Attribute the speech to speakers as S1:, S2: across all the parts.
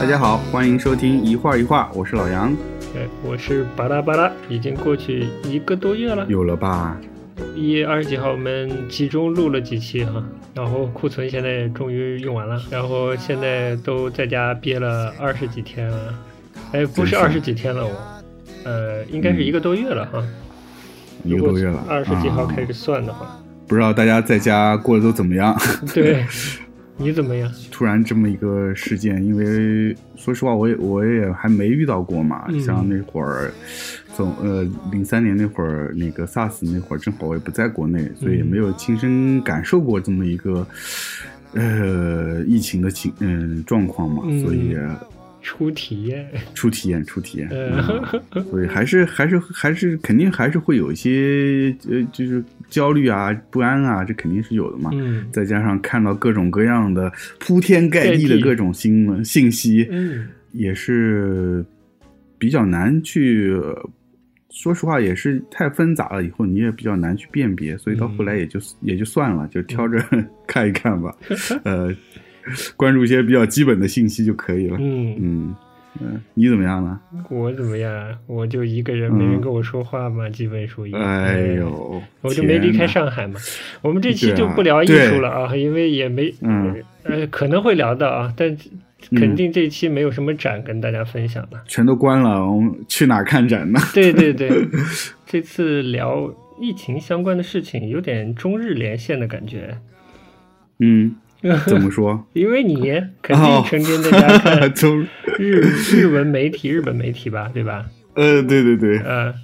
S1: 大家好，欢迎收听一画一画，我是老杨，
S2: 哎，我是巴拉巴拉，已经过去一个多月了，
S1: 有了吧？
S2: 一月二十几号我们集中录了几期哈，然后库存现在终于用完了，然后现在都在家憋了二十几天了，哎，不
S1: 真
S2: 是
S1: 是
S2: 二十几天了我，呃，应该是一个多月了哈，
S1: 嗯一个多月了，
S2: 二十几号开
S1: 啊
S2: 始算的话，
S1: 不知道大家在家过得都怎么样？
S2: 对，你怎么样？
S1: 突然这么一个事件，因为说实话，我也我也还没遇到过嘛。
S2: 嗯
S1: 像那会儿，总呃零三年那会儿，那个 SARS 那会儿，正好我也不在国内，所以
S2: 嗯
S1: 没有亲身感受过这么一个呃疫情的情嗯、状况嘛，
S2: 嗯
S1: 所以呃
S2: 初体验，
S1: 初体验初体验。
S2: 呃
S1: 嗯所以还是还是还是肯定还是会有一些呃，就是焦虑啊、不安啊，这肯定是有的嘛。
S2: 嗯
S1: 再加上看到各种各样的铺天盖地的
S2: 盖地
S1: 各种新闻信息，
S2: 嗯
S1: 也是比较难去。呃说实话，也是太纷杂了，以后你也比较难去辨别，所以到
S2: 嗯
S1: 后来也就、也就算了，就挑着 看一看吧。呃，关注一些比较基本的信息就可以了。
S2: 嗯，
S1: 嗯嗯、你怎么样呢？
S2: 我怎么样啊？我就一个人，没人
S1: 嗯
S2: 跟我说话嘛，基本属于，
S1: 哎呦，
S2: 呃我就没
S1: 天
S2: 离开
S1: 哪
S2: 上海嘛。我们这
S1: 对
S2: 期
S1: 啊
S2: 就不聊艺术了啊，因为也没，
S1: 嗯
S2: 呃，可能会聊到啊，但
S1: 嗯
S2: 肯定这期没有什么展跟大家分享了。
S1: 全都关了，我们去哪儿看展 呢？
S2: 对 对对，这次聊疫情相关的事情，有点中日连线的 感觉，
S1: 嗯， 怎么说？
S2: 因为你肯定成天 在家 看
S1: 中
S2: 日、日文媒体、日本媒体吧，对吧？
S1: 呃，对对对，
S2: 呃，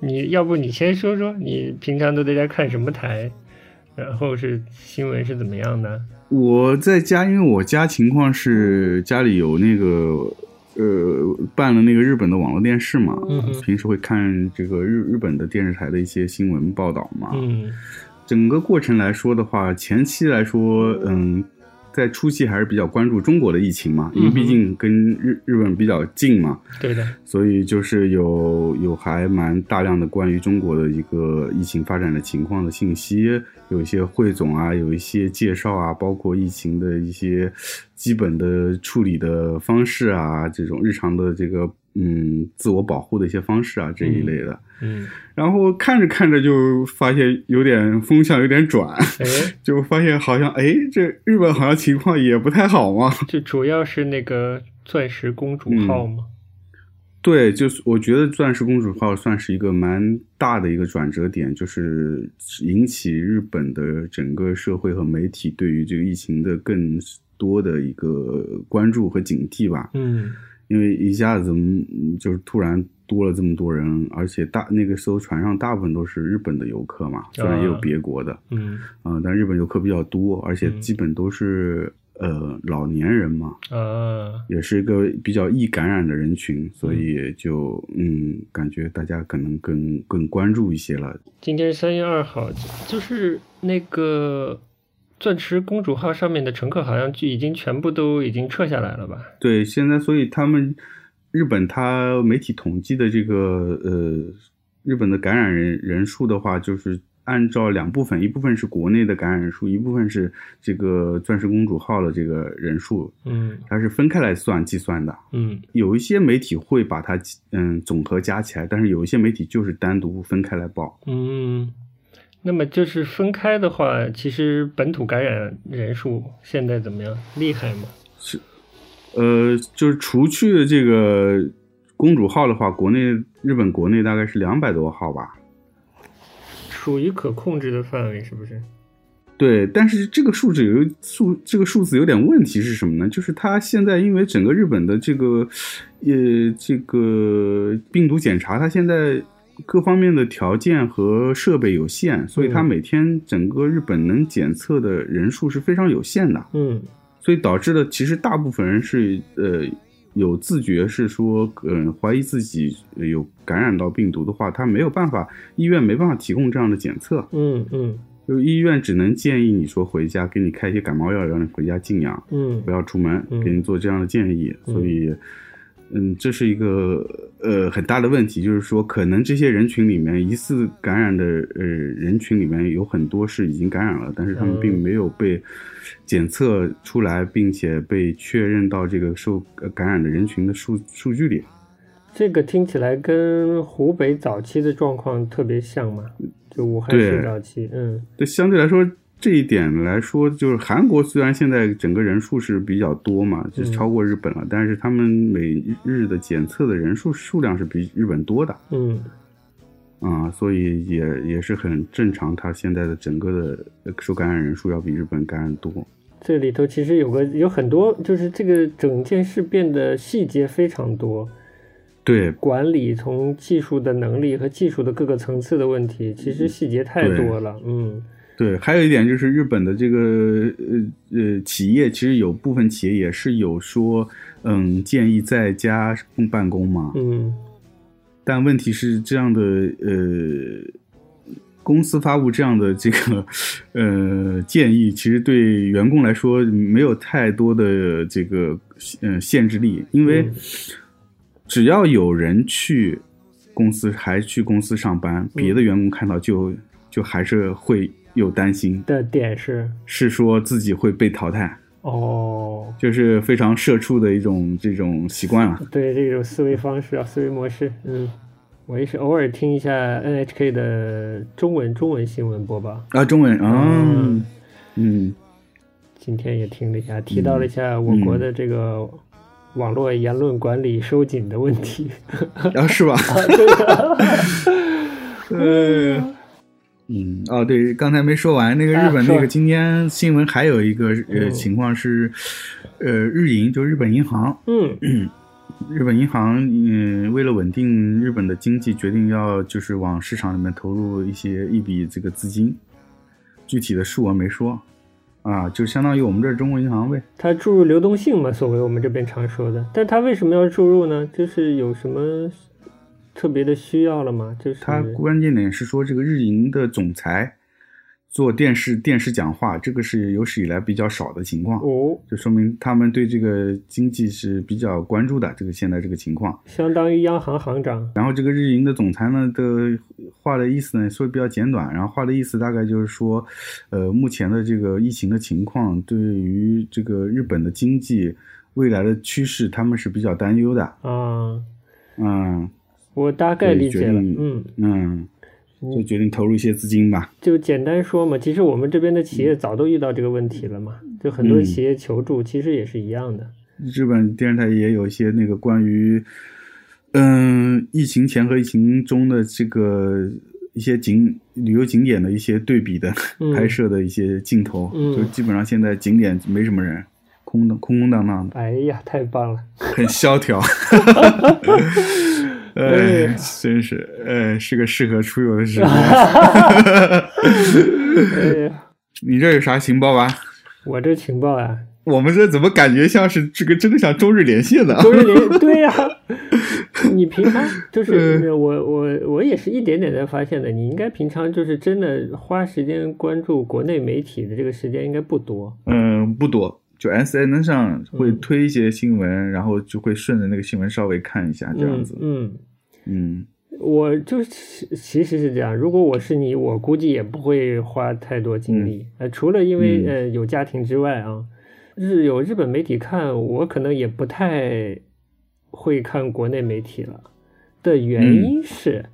S2: 你要不你先说说你平常都在家看什么台，然后是新闻是怎么样的？
S1: 我在家，因为我家情况是家里有那个呃办了那个日本的网络电视嘛，
S2: 嗯哼
S1: 平时会看这个日日本的电视台的一些新闻报道嘛。
S2: 嗯
S1: 整个过程来说的话，前期来说，嗯。在初期还是比较关注中国的疫情嘛，因为
S2: 嗯哼
S1: 毕竟跟日日本比较近嘛，
S2: 对的，
S1: 所以就是有有还蛮大量的关于中国的一个疫情发展的情况的信息，有一些汇总啊，有一些介绍啊，包括疫情的一些基本的处理的方式啊，这种日常的这个嗯自我保护的一些方式啊这一类的。
S2: 嗯，
S1: 然后看着看着就发现有点风向有点转，
S2: 哎。
S1: 就发现好像哎这日本好像情况也不太好嘛。
S2: 就主要是那个钻石公主号吗？
S1: 对，就是我觉得《钻石公主号》算是一个蛮大的一个转折点，就是引起日本的整个社会和媒体对于这个疫情的更多的一个关注和警惕吧。
S2: 嗯
S1: 因为一下子嗯就是突然多了这么多人，而且大那个艘船上大部分都是日本的游客嘛，虽然也有
S2: 啊
S1: 别国的，
S2: 嗯
S1: 嗯、但日本游客比较多，而且
S2: 嗯
S1: 基本都是、呃老年人嘛，
S2: 啊，
S1: 也是一个比较易感染的人群，所以就嗯，感觉大家可能更更关注一些了。
S2: 今天是三月二号，就就是那个钻石公主号上面的乘客好像就已经全部都已经撤下来了吧？
S1: 对，现在所以他们日本他媒体统计的这个呃日本的感染人人数的话，就是按照两部分，一部分是国内的感染人数，一部分是这个钻石公主号的这个人数，
S2: 嗯
S1: 它是分开来算计算的。
S2: 嗯
S1: 有一些媒体会把它嗯总和加起来，但是有一些媒体就是单独分开来报。
S2: 嗯。那么就是分开的话，其实本土感染人数现在怎么样？厉害吗？
S1: 呃，就是除去这个公主号的话，国内日本国内大概是两百多号吧。
S2: 属于可控制的范围是不是？
S1: 对，但是这个数字有数，这个数字有点问题是什么呢？就是它现在因为整个日本的这个，呃，这个病毒检查，它现在各方面的条件和设备有限，所以它
S2: 嗯
S1: 每天整个日本能检测的人数是非常有限的。
S2: 嗯
S1: 所以导致的其实大部分人是呃有自觉是说，嗯、怀疑自己呃有感染到病毒的话，他没有办法，医院没办法提供这样的检测，
S2: 嗯嗯
S1: 就医院只能建议你说回家给你开一些感冒药，让你回家静养，
S2: 嗯
S1: 不要出门
S2: 嗯，
S1: 给你做这样的建议。
S2: 嗯
S1: 所以，嗯，这是一个呃很大的问题，就是说，可能这些人群里面疑似感染的呃人群里面有很多是已经感染了，但是他们
S2: 嗯
S1: 并没有被检测出来，并且被确认到这个受呃感染的人群的数数据里。
S2: 这个听起来跟湖北早期的状况特别像嘛，就武汉市
S1: 对
S2: 早期，嗯，
S1: 对，相对来说这一点来说，就是韩国虽然现在整个人数是比较多嘛，就
S2: 嗯
S1: 超过日本了，但是他们每日的检测的人数数量是比日本多的。
S2: 嗯，
S1: 啊、所以也也是很正常。它现在的整个的呃受感染人数要比日本感染多。
S2: 这里头其实有个有很多，就是这个整件事变得细节非常多，
S1: 对
S2: 管理从技术的能力和技术的各个层次的问题，其实细节太
S1: 对
S2: 多了，嗯，
S1: 对，还有一点就是日本的这个呃呃企业，其实有部分企业也是有说，嗯，建议在家办公嘛。
S2: 嗯，
S1: 但问题是这样的，呃，公司发布这样的这个呃建议，其实对员工来说没有太多的这个呃限制力，因为
S2: 嗯
S1: 只要有人去公司还去公司上班，别
S2: 嗯
S1: 的员工看到就就还是会有担心，
S2: 的点是，
S1: 是说自己会被淘汰，
S2: 哦，
S1: 就是非常社畜的一种这种习惯啊了。
S2: 对这种思维方式啊，思维模式，嗯，我也是偶尔听一下 NHK 的中文中文新闻播报，
S1: 啊，中文啊，
S2: 嗯
S1: 嗯
S2: 今天也听了一下，提到了一下我
S1: 嗯
S2: 国的这个网络言论管理收紧的问 题。
S1: 啊，是 吧？
S2: 这个
S1: 呃，嗯，哦，对，刚才没说完，那个
S2: 啊
S1: 日本
S2: 说
S1: 那个今天新闻还有一个呃
S2: 嗯
S1: 情况是，呃，日银就日本银行，
S2: 嗯
S1: 日本银行嗯、为了稳定日本的经济，决定要就是往市场里面投入一些一笔这个资金，具体的数额没说，啊，就相当于我们这儿中国银行呗。
S2: 它注入流动性嘛，所谓我们这边常说的。但它为什么要注入呢？就是有什么特别的需要了吗？就是
S1: 它关键点是说这个日银的总裁做电视电视讲话，这个是有史以来比较少的情况。
S2: 哦，
S1: 就说明他们对这个经济是比较关注的，这个现在这个情况。
S2: 相当于央行行长。
S1: 然后这个日银的总裁呢的话的意思呢说得比较简短，然后话的意思大概就是说，呃，目前的这个疫情的情况对于这个日本的经济未来的趋势，他们是比较担忧的。
S2: 啊，
S1: 嗯
S2: 我大
S1: 对
S2: 概理解
S1: 决
S2: 了。
S1: 定
S2: 嗯，
S1: 嗯，就决定投入一些资金吧。
S2: 就简单说嘛，其实我们这边的企业早都遇到这个问题了嘛，就很多
S1: 嗯
S2: 企业求助，其实也是一样的。
S1: 日本电视台也有一些那个关于，嗯，疫情前和疫情中的这个一些景旅游景点的一些对比的
S2: 嗯
S1: 拍摄的一些镜头，
S2: 嗯
S1: 就基本上现在景点没什么人，空的空空荡荡 的，
S2: 哎呀，太棒了！
S1: 很萧 条。
S2: 哎
S1: 哎，真是，哎，是个适合出游的时候。
S2: 哎呀，
S1: 你这有啥情报吧？
S2: 我这情报啊，
S1: 我们这怎么感觉像是这个真的像中日连线的啊？
S2: 周 日联对呀、你平常就是我我我也是一点点在发现的，你应该平常就是真的花时间关注国内媒体的这个时间应该不多。
S1: 嗯，不多，就 S N 上会
S2: 嗯
S1: 推一些新闻，然后就会顺着那个新闻稍微看一下这样子。
S2: 嗯，
S1: 嗯
S2: 嗯我就是其实是这样，如果我是你，我估计也不会花太多精力。呃，除了因为
S1: 嗯
S2: 呃有家庭之外啊，日有日本媒体看，我可能也不太会看国内媒体了。的原
S1: 嗯
S2: 因是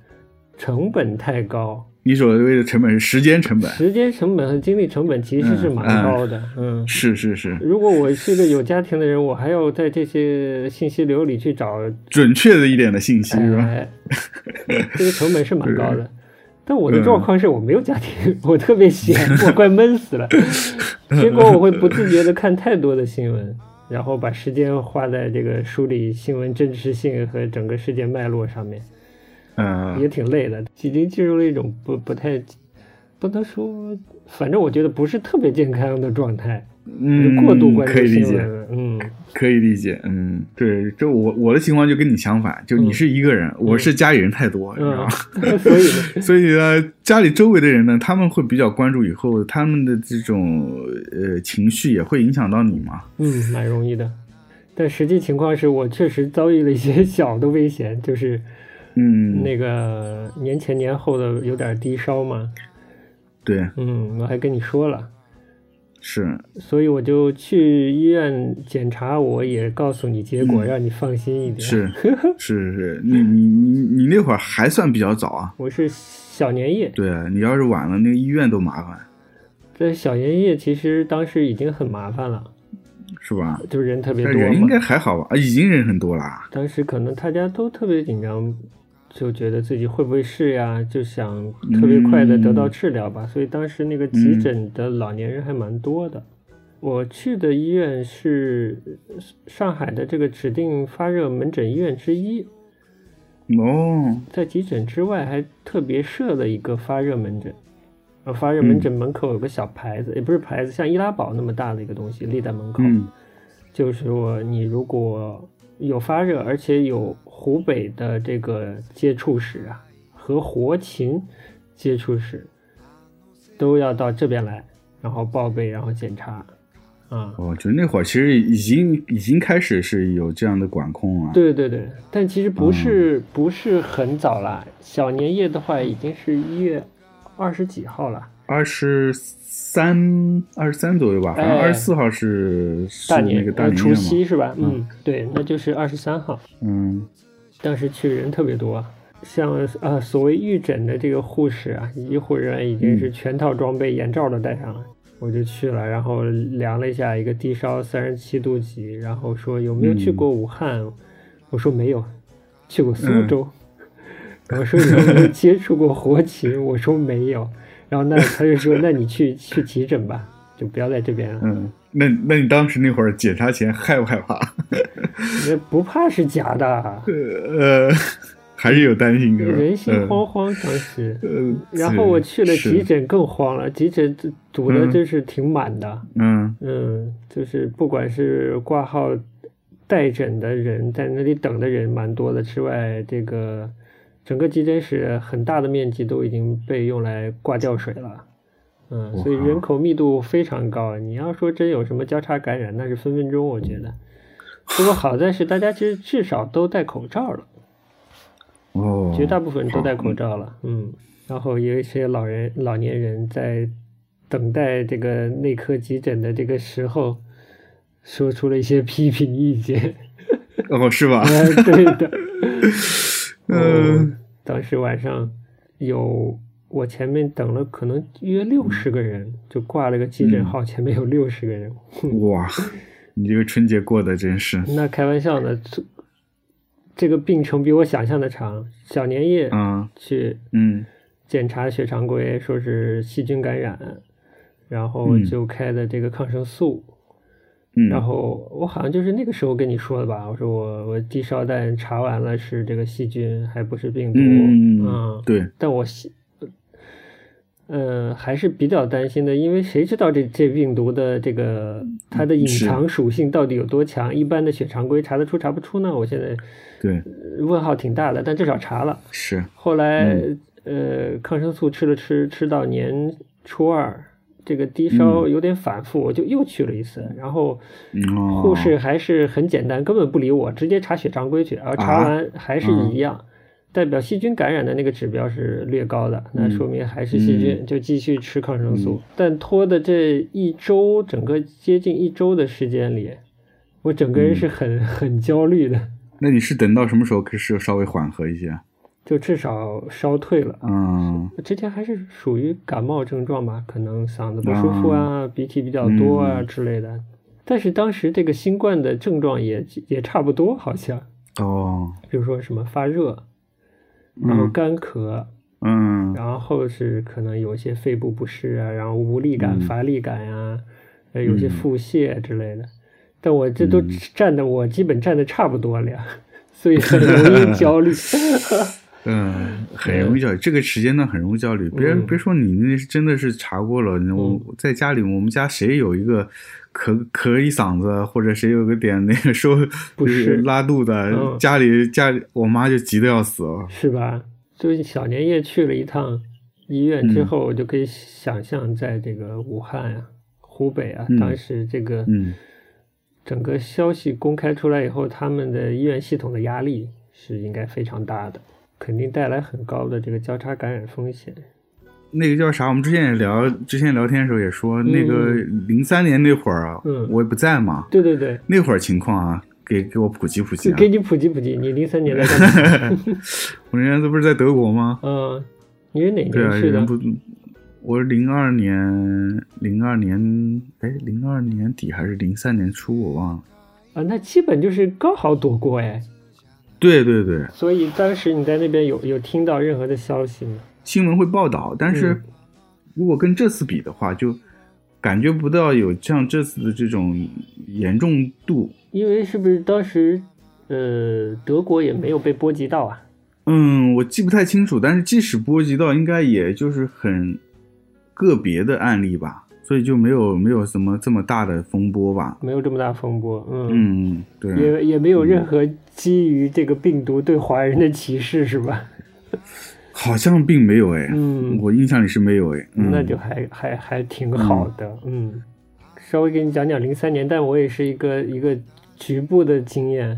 S2: 成本太高。
S1: 你所谓的成本是时间成本，
S2: 时间成本和精力成本其实是蛮高的。嗯，
S1: 是是是，
S2: 如果我是个有家庭的人，我还要在这些信息流里去找，
S1: 准确的一点的信息是吧？
S2: 哎， 这个成本是蛮高的。 但我的状况是我没有家庭，我特别闲，我快闷死 了。 结果我会不自觉的看太多的新闻，然后把时间花在这个梳理新闻真实性和整个事件脉络上面。也
S1: 嗯，
S2: 挺累的，已经进入了一种不不太，不能说，反正我觉得不是特别健康的状态，
S1: 嗯，
S2: 过度关
S1: 可
S2: 注
S1: 以理
S2: 新
S1: 解
S2: 闻，了，嗯，
S1: 可以理解，嗯，对，这我我的情况就跟你相反，就你是一个人，我是家里人太多，你知道吗？
S2: 嗯， 所以呢，
S1: 所以呢，家里周围的人呢，他们会比较关注，以后他们的这种呃情绪也会影响到你嘛。
S2: 嗯，蛮容易的。但实际情况是我确实遭遇了一些 小的危险，就是
S1: 嗯，
S2: 那个年前年后的有点低烧嘛，
S1: 对，
S2: 嗯，我还跟你说了。
S1: 是，
S2: 所以我就去医院检查，我也告诉你结果，
S1: 嗯
S2: 让你放心一点。
S1: 是 是是，你你你你那会儿还算比较早啊。
S2: 我是小年夜，
S1: 对啊，你要是晚了，那个医院都麻烦，
S2: 这小年夜其实当时已经很麻烦了，
S1: 是吧？
S2: 就是人特别
S1: 但
S2: 多
S1: 人应该
S2: 嘛。
S1: 还好吧？啊，已经人很多啦。
S2: 当时可能大家都特别紧张，就觉得自己会不会是呀，就想特别快的得到治疗吧。所以当时那个急诊的老年人还蛮多的。我去的医院是上海的这个指定发热门诊医院之一，
S1: 哦，
S2: 在急诊之外还特别设了一个发热门诊，呃，发热门诊门口有个小牌子，也不是牌子，像易拉宝那么大的一个东西立在门口，
S1: 嗯
S2: 就是说你如果有发热，而且有湖北的这个接触史啊和活禽接触史，都要到这边来，然后报备，然后检查，啊，
S1: 哦，就那会儿其实已经已经开始是有这样的管控了。，
S2: 对对对，但其实不是、
S1: 嗯
S2: 不是很早啦，小年夜的话已经是一月二十几号了，
S1: 二十三二十三左右吧，反正
S2: 哎
S1: 二十四号是是
S2: 大
S1: 那
S2: 年
S1: 个大
S2: 呃
S1: 年
S2: 除
S1: 夜嘛。
S2: 夕是吧？
S1: 嗯
S2: 嗯，对，那就是二十三号，
S1: 嗯
S2: 当时去人特别多啊。像呃，所谓预诊的这个护士啊，医护人员已经
S1: 嗯
S2: 是全套装备，眼罩都戴上了。我就去了，然后量了一下一个低烧三十七度几，然后说有没有去
S1: 嗯
S2: 过武汉？我说没有，去过苏
S1: 嗯
S2: 州。然 后说有没有接触过活禽？我说没有。然后那他就说，那 你去去急诊吧，就不要在这边了。
S1: 嗯，那那你当时那会儿检查前害不害怕？
S2: 那不怕是假的，
S1: 呃，呃还 是有担心的。
S2: 人心
S1: 嗯
S2: 惶惶当时。
S1: 呃，
S2: 然后我去了急
S1: 是，
S2: 诊更慌了，急诊堵的
S1: 嗯
S2: 真是挺满的，
S1: 嗯
S2: 嗯，就是不管是挂号待诊的人，在那里等的人蛮多的之外，这个整个急诊室很大的面积都已经被用来挂吊水了。嗯，所以
S1: 哇
S2: 人口密度非常高。啊你要说真有什么交叉感染，那是分分钟，我觉得。不过好在是大家其实至少都戴口罩了。
S1: 哦，
S2: 绝大部分都戴口罩了，嗯，然后有一些老人、老年人在等待这个内科急诊的这个时候，说出了一些批评意见，
S1: 哦，是吧？
S2: 哎对的， 哦
S1: 嗯，
S2: 当时晚上有我前面等了可能约六十个人，就挂了个急
S1: 嗯
S2: 诊号，前面有六十个人，
S1: 哇，你这个春节过得真是，
S2: 那开玩笑呢，这这个病程比我想象的长，小年夜
S1: 嗯
S2: 去
S1: 嗯
S2: 检查血常规，说是细菌感染，然后
S1: 嗯
S2: 就开的这个抗生素。
S1: 嗯，
S2: 然后我好像就是那个时候跟你说的吧，我说我我低烧但查完了是这个细菌，还不是病毒。
S1: 嗯
S2: 嗯
S1: 对，
S2: 但我细呃还是比较担心的，因为谁知道这这病毒的这个它的隐
S1: 嗯是
S2: 藏属性到底有多强？一般的血常规查得出查不出呢？我现在
S1: 对
S2: 呃问号挺大的，但至少查了。
S1: 是，
S2: 后来、
S1: 嗯
S2: 呃，抗生素吃了吃，吃到年初二，这个低烧有点反复，我就又去了一次。然后
S1: 嗯哦
S2: 护士还是很简单，根本不理我，直接查血常规去，然后查
S1: 啊
S2: 完还是一样。代表细菌感染的那个指标是略高的，那
S1: 嗯
S2: 说明还是细菌，就继续吃抗生素。但拖的这一周，整个接近一周的时间里，我
S1: 嗯
S2: 整个人是很、很焦虑的，
S1: 那你是等到什么时候可是稍微缓和一些？
S2: 就至少烧退了。
S1: 嗯
S2: 之前还是属于感冒症状吧，可能嗓子不舒服啊，鼻涕比较多啊
S1: 嗯
S2: 之类的。但是当时这个新冠的症状也也差不多，好像，
S1: 哦
S2: 比如说什么发热，然后
S1: 嗯
S2: 干咳，
S1: 嗯
S2: 然后是可能有一些肺部不适啊，然后无力感、
S1: 嗯
S2: 乏力感呀、啊，呃，有些
S1: 嗯
S2: 腹泻之类的。但我这都
S1: 嗯
S2: 站的，我基本站的差不多了呀，所以很容易焦 虑。
S1: 嗯，很容易焦虑，这个时间段很容易焦虑。别
S2: 嗯
S1: 别说你那是真的是查过了，我
S2: 嗯
S1: 在家里我们家谁有一个咳咳一嗓子，或者谁有个点那个说
S2: 不
S1: 就是
S2: 是
S1: 拉肚子，
S2: 嗯
S1: 家里家里我妈就急得要死了。
S2: 是吧？就是小年夜去了一趟医院
S1: 嗯
S2: 之后，我就可以想象在这个武汉啊、湖北啊，
S1: 嗯
S2: 当时这个
S1: 嗯
S2: 整个消息公开出来以后，他们的医院系统的压力是应该非常大的，肯定带来很高的这个交叉感染风险。
S1: 那个叫啥？我们之前也聊，之前聊天的时候也说，那个零三年那会儿啊，
S2: 嗯
S1: 我也不在嘛，
S2: 对对对，
S1: 那会儿情况啊，给给我普及普及
S2: 给
S1: 啊。
S2: 给你普及普及，你零 三年来干嘛？
S1: 我那年这不是在德国吗？
S2: 嗯，你是哪
S1: 对
S2: 年
S1: 啊，
S2: 去的
S1: 人？不，我是零二年，零二年，哎，零二年底还是零三年初，我忘了。
S2: 啊，那基本就是刚好躲过哎。
S1: 对对对，
S2: 所以当时你在那边有有听到任何的消息吗？
S1: 新闻会报道，但是
S2: 嗯
S1: 如果跟这次比的话，就感觉不到有像这次的这种严重度。
S2: 因为是不是当时，呃，德国也没有被波及到啊？
S1: 嗯，我记不太清楚，但是即使波及到，应该也就是很个别的案例吧，所以就没有没有什么这么大的风波吧。
S2: 没有这么大风波，嗯，
S1: 嗯，对，
S2: 也也没有任何基于这个病毒对华人的歧视，是吧？
S1: 好像并没有哎，
S2: 嗯
S1: 我印象里是没有哎。嗯、
S2: 那就还还还挺好的，嗯。稍微给你讲讲零三年，但我也是一个一个局部的经验。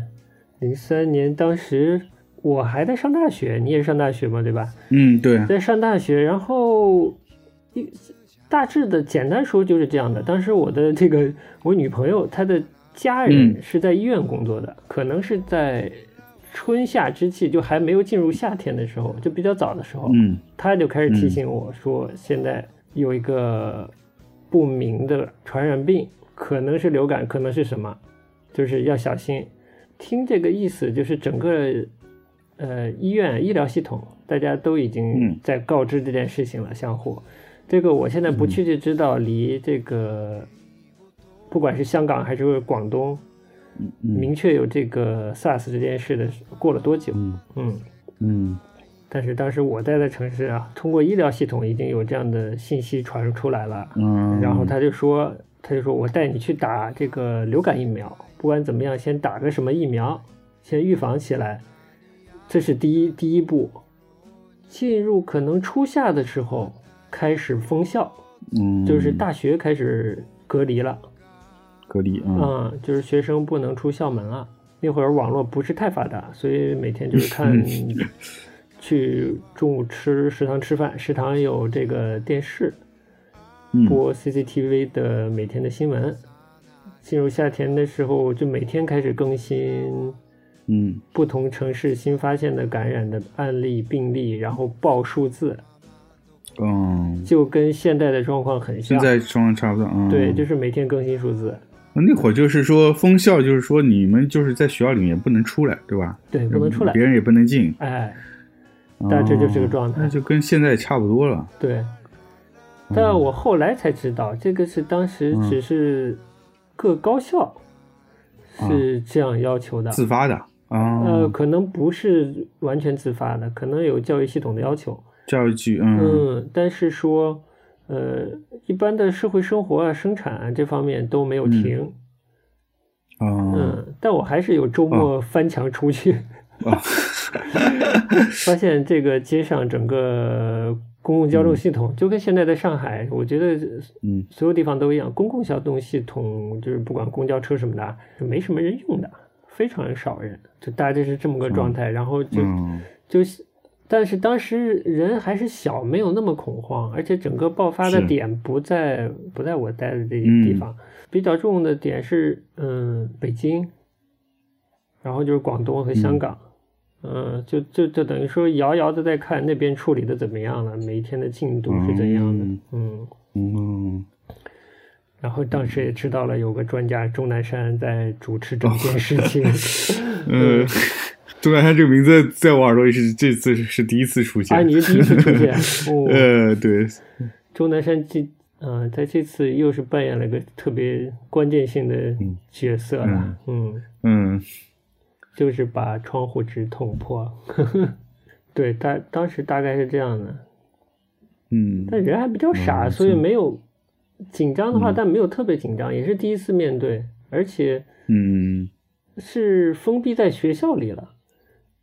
S2: 零三年当时我还在上大学，你也上大学嘛，对吧？
S1: 嗯，对，
S2: 在上大学，然后一大致的简单说就是这样的。当时我的这个我女朋友她的家人
S1: 嗯
S2: 是在医院工作的，可能是在春夏之际，就还没有进入夏天的时候，就比较早的时候，
S1: 嗯
S2: 她就开始提
S1: 嗯
S2: 醒我说，现在有一个不明的传染病，可能是流感，可能是什么，就是要小心。听这个意思，就是整个呃医院医疗系统，大家都已经
S1: 嗯
S2: 在告知这件事情了，相互。这个我现在不确切知道，离这个不管是香港还是广东，
S1: 嗯
S2: 明确有这个 SARS 这件事的时过了多久？
S1: 嗯
S2: 嗯，
S1: 嗯
S2: 但是当时我待的城市啊，通过医疗系统已经有这样的信息传出来了。
S1: 嗯，
S2: 然后他就说，他就说我带你去打这个流感疫苗，不管怎么样，先打个什么疫苗，先预防起来，这是第一第一步。进入可能初夏的时候开始封校，
S1: 嗯
S2: 就是大学开始隔离了，
S1: 隔离啊，
S2: 啊、就是学生不能出校门了。那会儿网络不是太发达，所以每天就 是看去中午吃食堂吃饭，食堂有这个电视，
S1: 嗯
S2: 播 CCTV 的每天的新闻。进入夏天的时候，就每天开始更新
S1: 嗯
S2: 不同城市新发现的感染的案例、病例，然后报数字，
S1: 嗯，
S2: 就跟现在的状况很
S1: 现
S2: 像。
S1: 在状况差不多啊。嗯哦
S2: 对，就是每天更新数字，
S1: 那会儿就是说封校，就是说你们就是在学校里面不能出来，对吧？
S2: 对，不能出来
S1: 别。人也不能进，哦
S2: 哎，大致就是这个状态
S1: 那就跟现在差不多了。
S2: 对。
S1: 嗯
S2: 但我后来才知道，这个是当时只是各高校
S1: 啊
S2: 是这样要求的。
S1: 自发的啊，
S2: 呃，可能不是完全自发的，可能有教育系统的要求。
S1: 教育局，嗯
S2: 嗯，但是说，呃，一般的社会生活啊、生产啊这方面都没有停。
S1: 啊，
S2: 嗯，但我还是有周末翻墙出去，
S1: 啊
S2: 发现这个街上整个公共交通系统、就跟现在的上海，我觉得
S1: 嗯
S2: 所有地方都一样，公共交通系统就是不管公交车什么的，就没什么人用的，非常少人，就大概是这么个状态。然后就、
S1: 嗯
S2: 就是，但是当时人还是小，没有那么恐慌，而且整个爆发的
S1: 是
S2: 点不在不在我待的这些
S1: 嗯
S2: 地方，比较重的点是嗯北京，然后就是广东和香港，嗯，就就就等于说遥遥的在看那边处理的怎么样了，每一天的进度是怎样的，
S1: 嗯
S2: 嗯。
S1: 嗯，
S2: 然后当时也知道了，有个专家钟南山在主持整件 事情。嗯
S1: 呃，钟南山这个名字在我耳朵里是这次是第一次出
S2: 啊，
S1: 现，
S2: 你是第一次出 现，哦、
S1: 呃，对，
S2: 钟南山这，嗯、在这次又是扮演了个特别关键性的角色了，嗯
S1: 嗯
S2: 就是把窗户纸捅破。 对，大当时大概是这样的，
S1: 嗯
S2: 但人还比较傻，
S1: 嗯
S2: 所以
S1: 是
S2: 没嗯有紧张的话，但没有特别紧张，也是第一次面对，而且
S1: 嗯
S2: 是封闭在学校里了。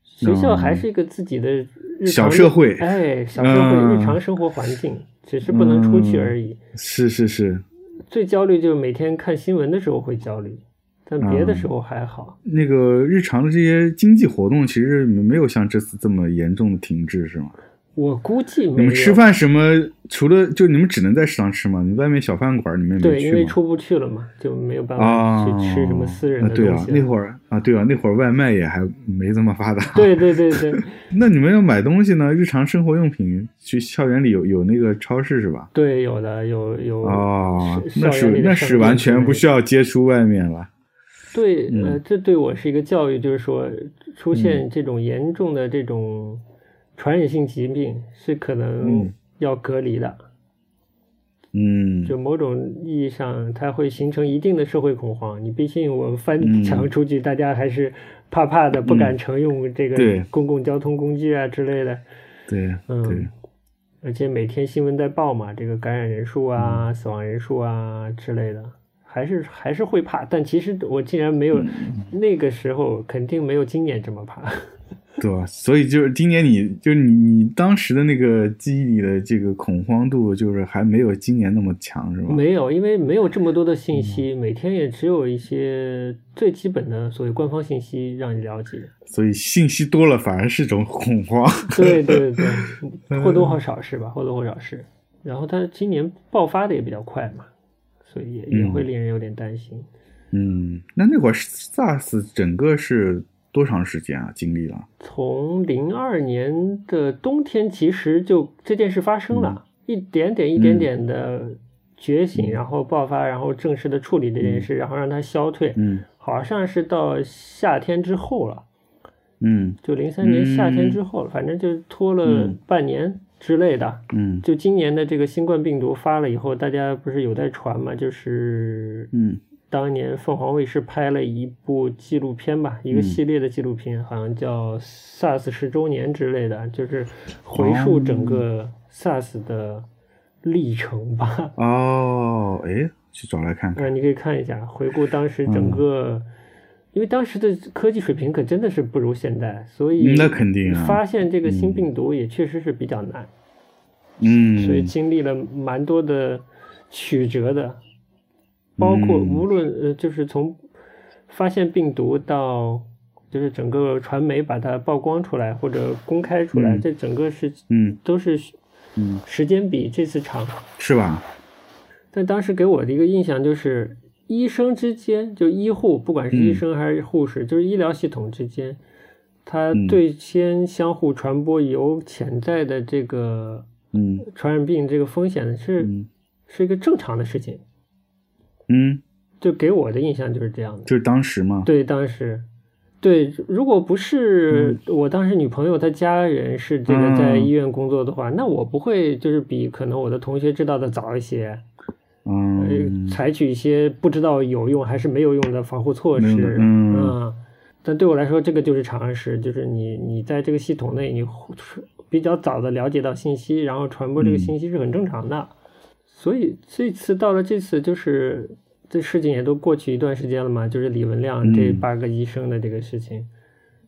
S2: 学校
S1: 嗯
S2: 还是一个自己的日常
S1: 小社会
S2: 哎，小社会、
S1: 嗯
S2: 日常生活环境，只是不能出去而已。
S1: 是是是，
S2: 最焦虑就是每天看新闻的时候会焦虑，但别的时候还好。
S1: 嗯、那个日常的这些经济活动，其实没有像这次这么严重的停滞，是吗？
S2: 我估计
S1: 你们吃饭什么，除了就你们只能在食堂吃嘛？你外面小饭馆你们也没去啊哦
S2: 对，因为出不去了嘛，就没有办法去吃什么私人的
S1: 东西、啊对
S2: 啊。
S1: 啊，那会儿啊，对啊，那会儿外卖也还没这么发达。
S2: 对对对对。
S1: 那你们要买东西呢？日常生活用品，去校园里有有那个超市是吧？
S2: 对，有的有有。
S1: 哦，那是那是完全不需要接触外面了。
S2: 对，呃，这对我是一个教育，就是说出现这种严重的这种。传染性疾病是可能要隔离的，
S1: 嗯，
S2: 就某种意义上，它会形成一定的社会恐慌。你毕竟我翻墙出去，
S1: 嗯、
S2: 大家还是怕怕的，不敢乘用这个公共交通工具啊之类的。
S1: 对，
S2: 嗯，
S1: 对
S2: 而且每天新闻在报嘛，这个感染人数啊、嗯、死亡人数啊之类的，还是还是会怕。但其实我竟然没有、
S1: 嗯、
S2: 那个时候，肯定没有今年这么怕。
S1: 对吧？所以就是今年你，就你你当时的那个记忆里的这个恐慌度，就是还没有今年那么强，是吧？
S2: 没有，因为没有这么多的信息，嗯、每天也只有一些最基本的所谓官方信息让你 了解。
S1: 所以信息多了反而是种恐慌。
S2: 对对对，或多或少是吧？或多或少是。然后它今年爆发的也比较快嘛，所以也也会令人有点担心。
S1: 嗯，那那会儿 SARS 整个是。多长时间啊？经历了
S2: 从零二年的冬天，其实就这件事发生了，嗯、一点点、一点点的觉醒，
S1: 嗯、
S2: 然后爆发，然后正式的处理这件事，
S1: 嗯、
S2: 然后让它消退。
S1: 嗯，
S2: 好像是到夏天之后了。
S1: 嗯，
S2: 就零三年夏天之后了，反正就拖了半年之类的。
S1: 嗯，
S2: 就今年的这个新冠病毒发了以后，大家不是有在传嘛？就是
S1: 嗯。
S2: 当年凤凰卫视拍了一部纪录片吧，一个系列的纪录片，
S1: 嗯、
S2: 好像叫 SARS 十周年之类的，就是回
S1: 哦
S2: 溯整个 SARS 的历程吧。
S1: 哦，哎，去找来看看。
S2: 嗯，你可以看一下，回顾当时整个，嗯、因为当时的科技水平可真的是不如现在，所以
S1: 那肯定啊，
S2: 发现这个新病毒也确实是比较难。
S1: 嗯，
S2: 所以经历了蛮多的曲折的。包括
S1: 嗯
S2: 无论呃，就是从发现病毒到，就是整个传媒把它曝光出来或者公开出来，
S1: 嗯、
S2: 这整个是
S1: 嗯
S2: 都是
S1: 嗯
S2: 时间比这次长
S1: 是吧？
S2: 但当时给我的一个印象就是，医生之间就医护，不管是医生还是护士，
S1: 嗯、
S2: 就是医疗系统之间，它对先相互传播有潜在的这个
S1: 嗯
S2: 传染病这个风险是、
S1: 嗯、
S2: 是一个正常的事情。
S1: 嗯，
S2: 就给我的印象就是这样的，
S1: 就是当时嘛。
S2: 对，当时，对，如果不是我当时女朋友她家人是这个在医院工作的话，
S1: 嗯、
S2: 那我不会就是比可能我的同学知道的早一些，
S1: 嗯、
S2: 呃，采取一些不知道有用还是没有用的防护措施，
S1: 嗯,
S2: 嗯，但对我来说这个就是常识，就是你你在这个系统内你比较早的了解到信息，然后传播这个信息是很正常的。
S1: 嗯
S2: 所以这次到了这次，就是这事情也都过去一段时间了嘛，就是李文亮这八个医生的这个事情，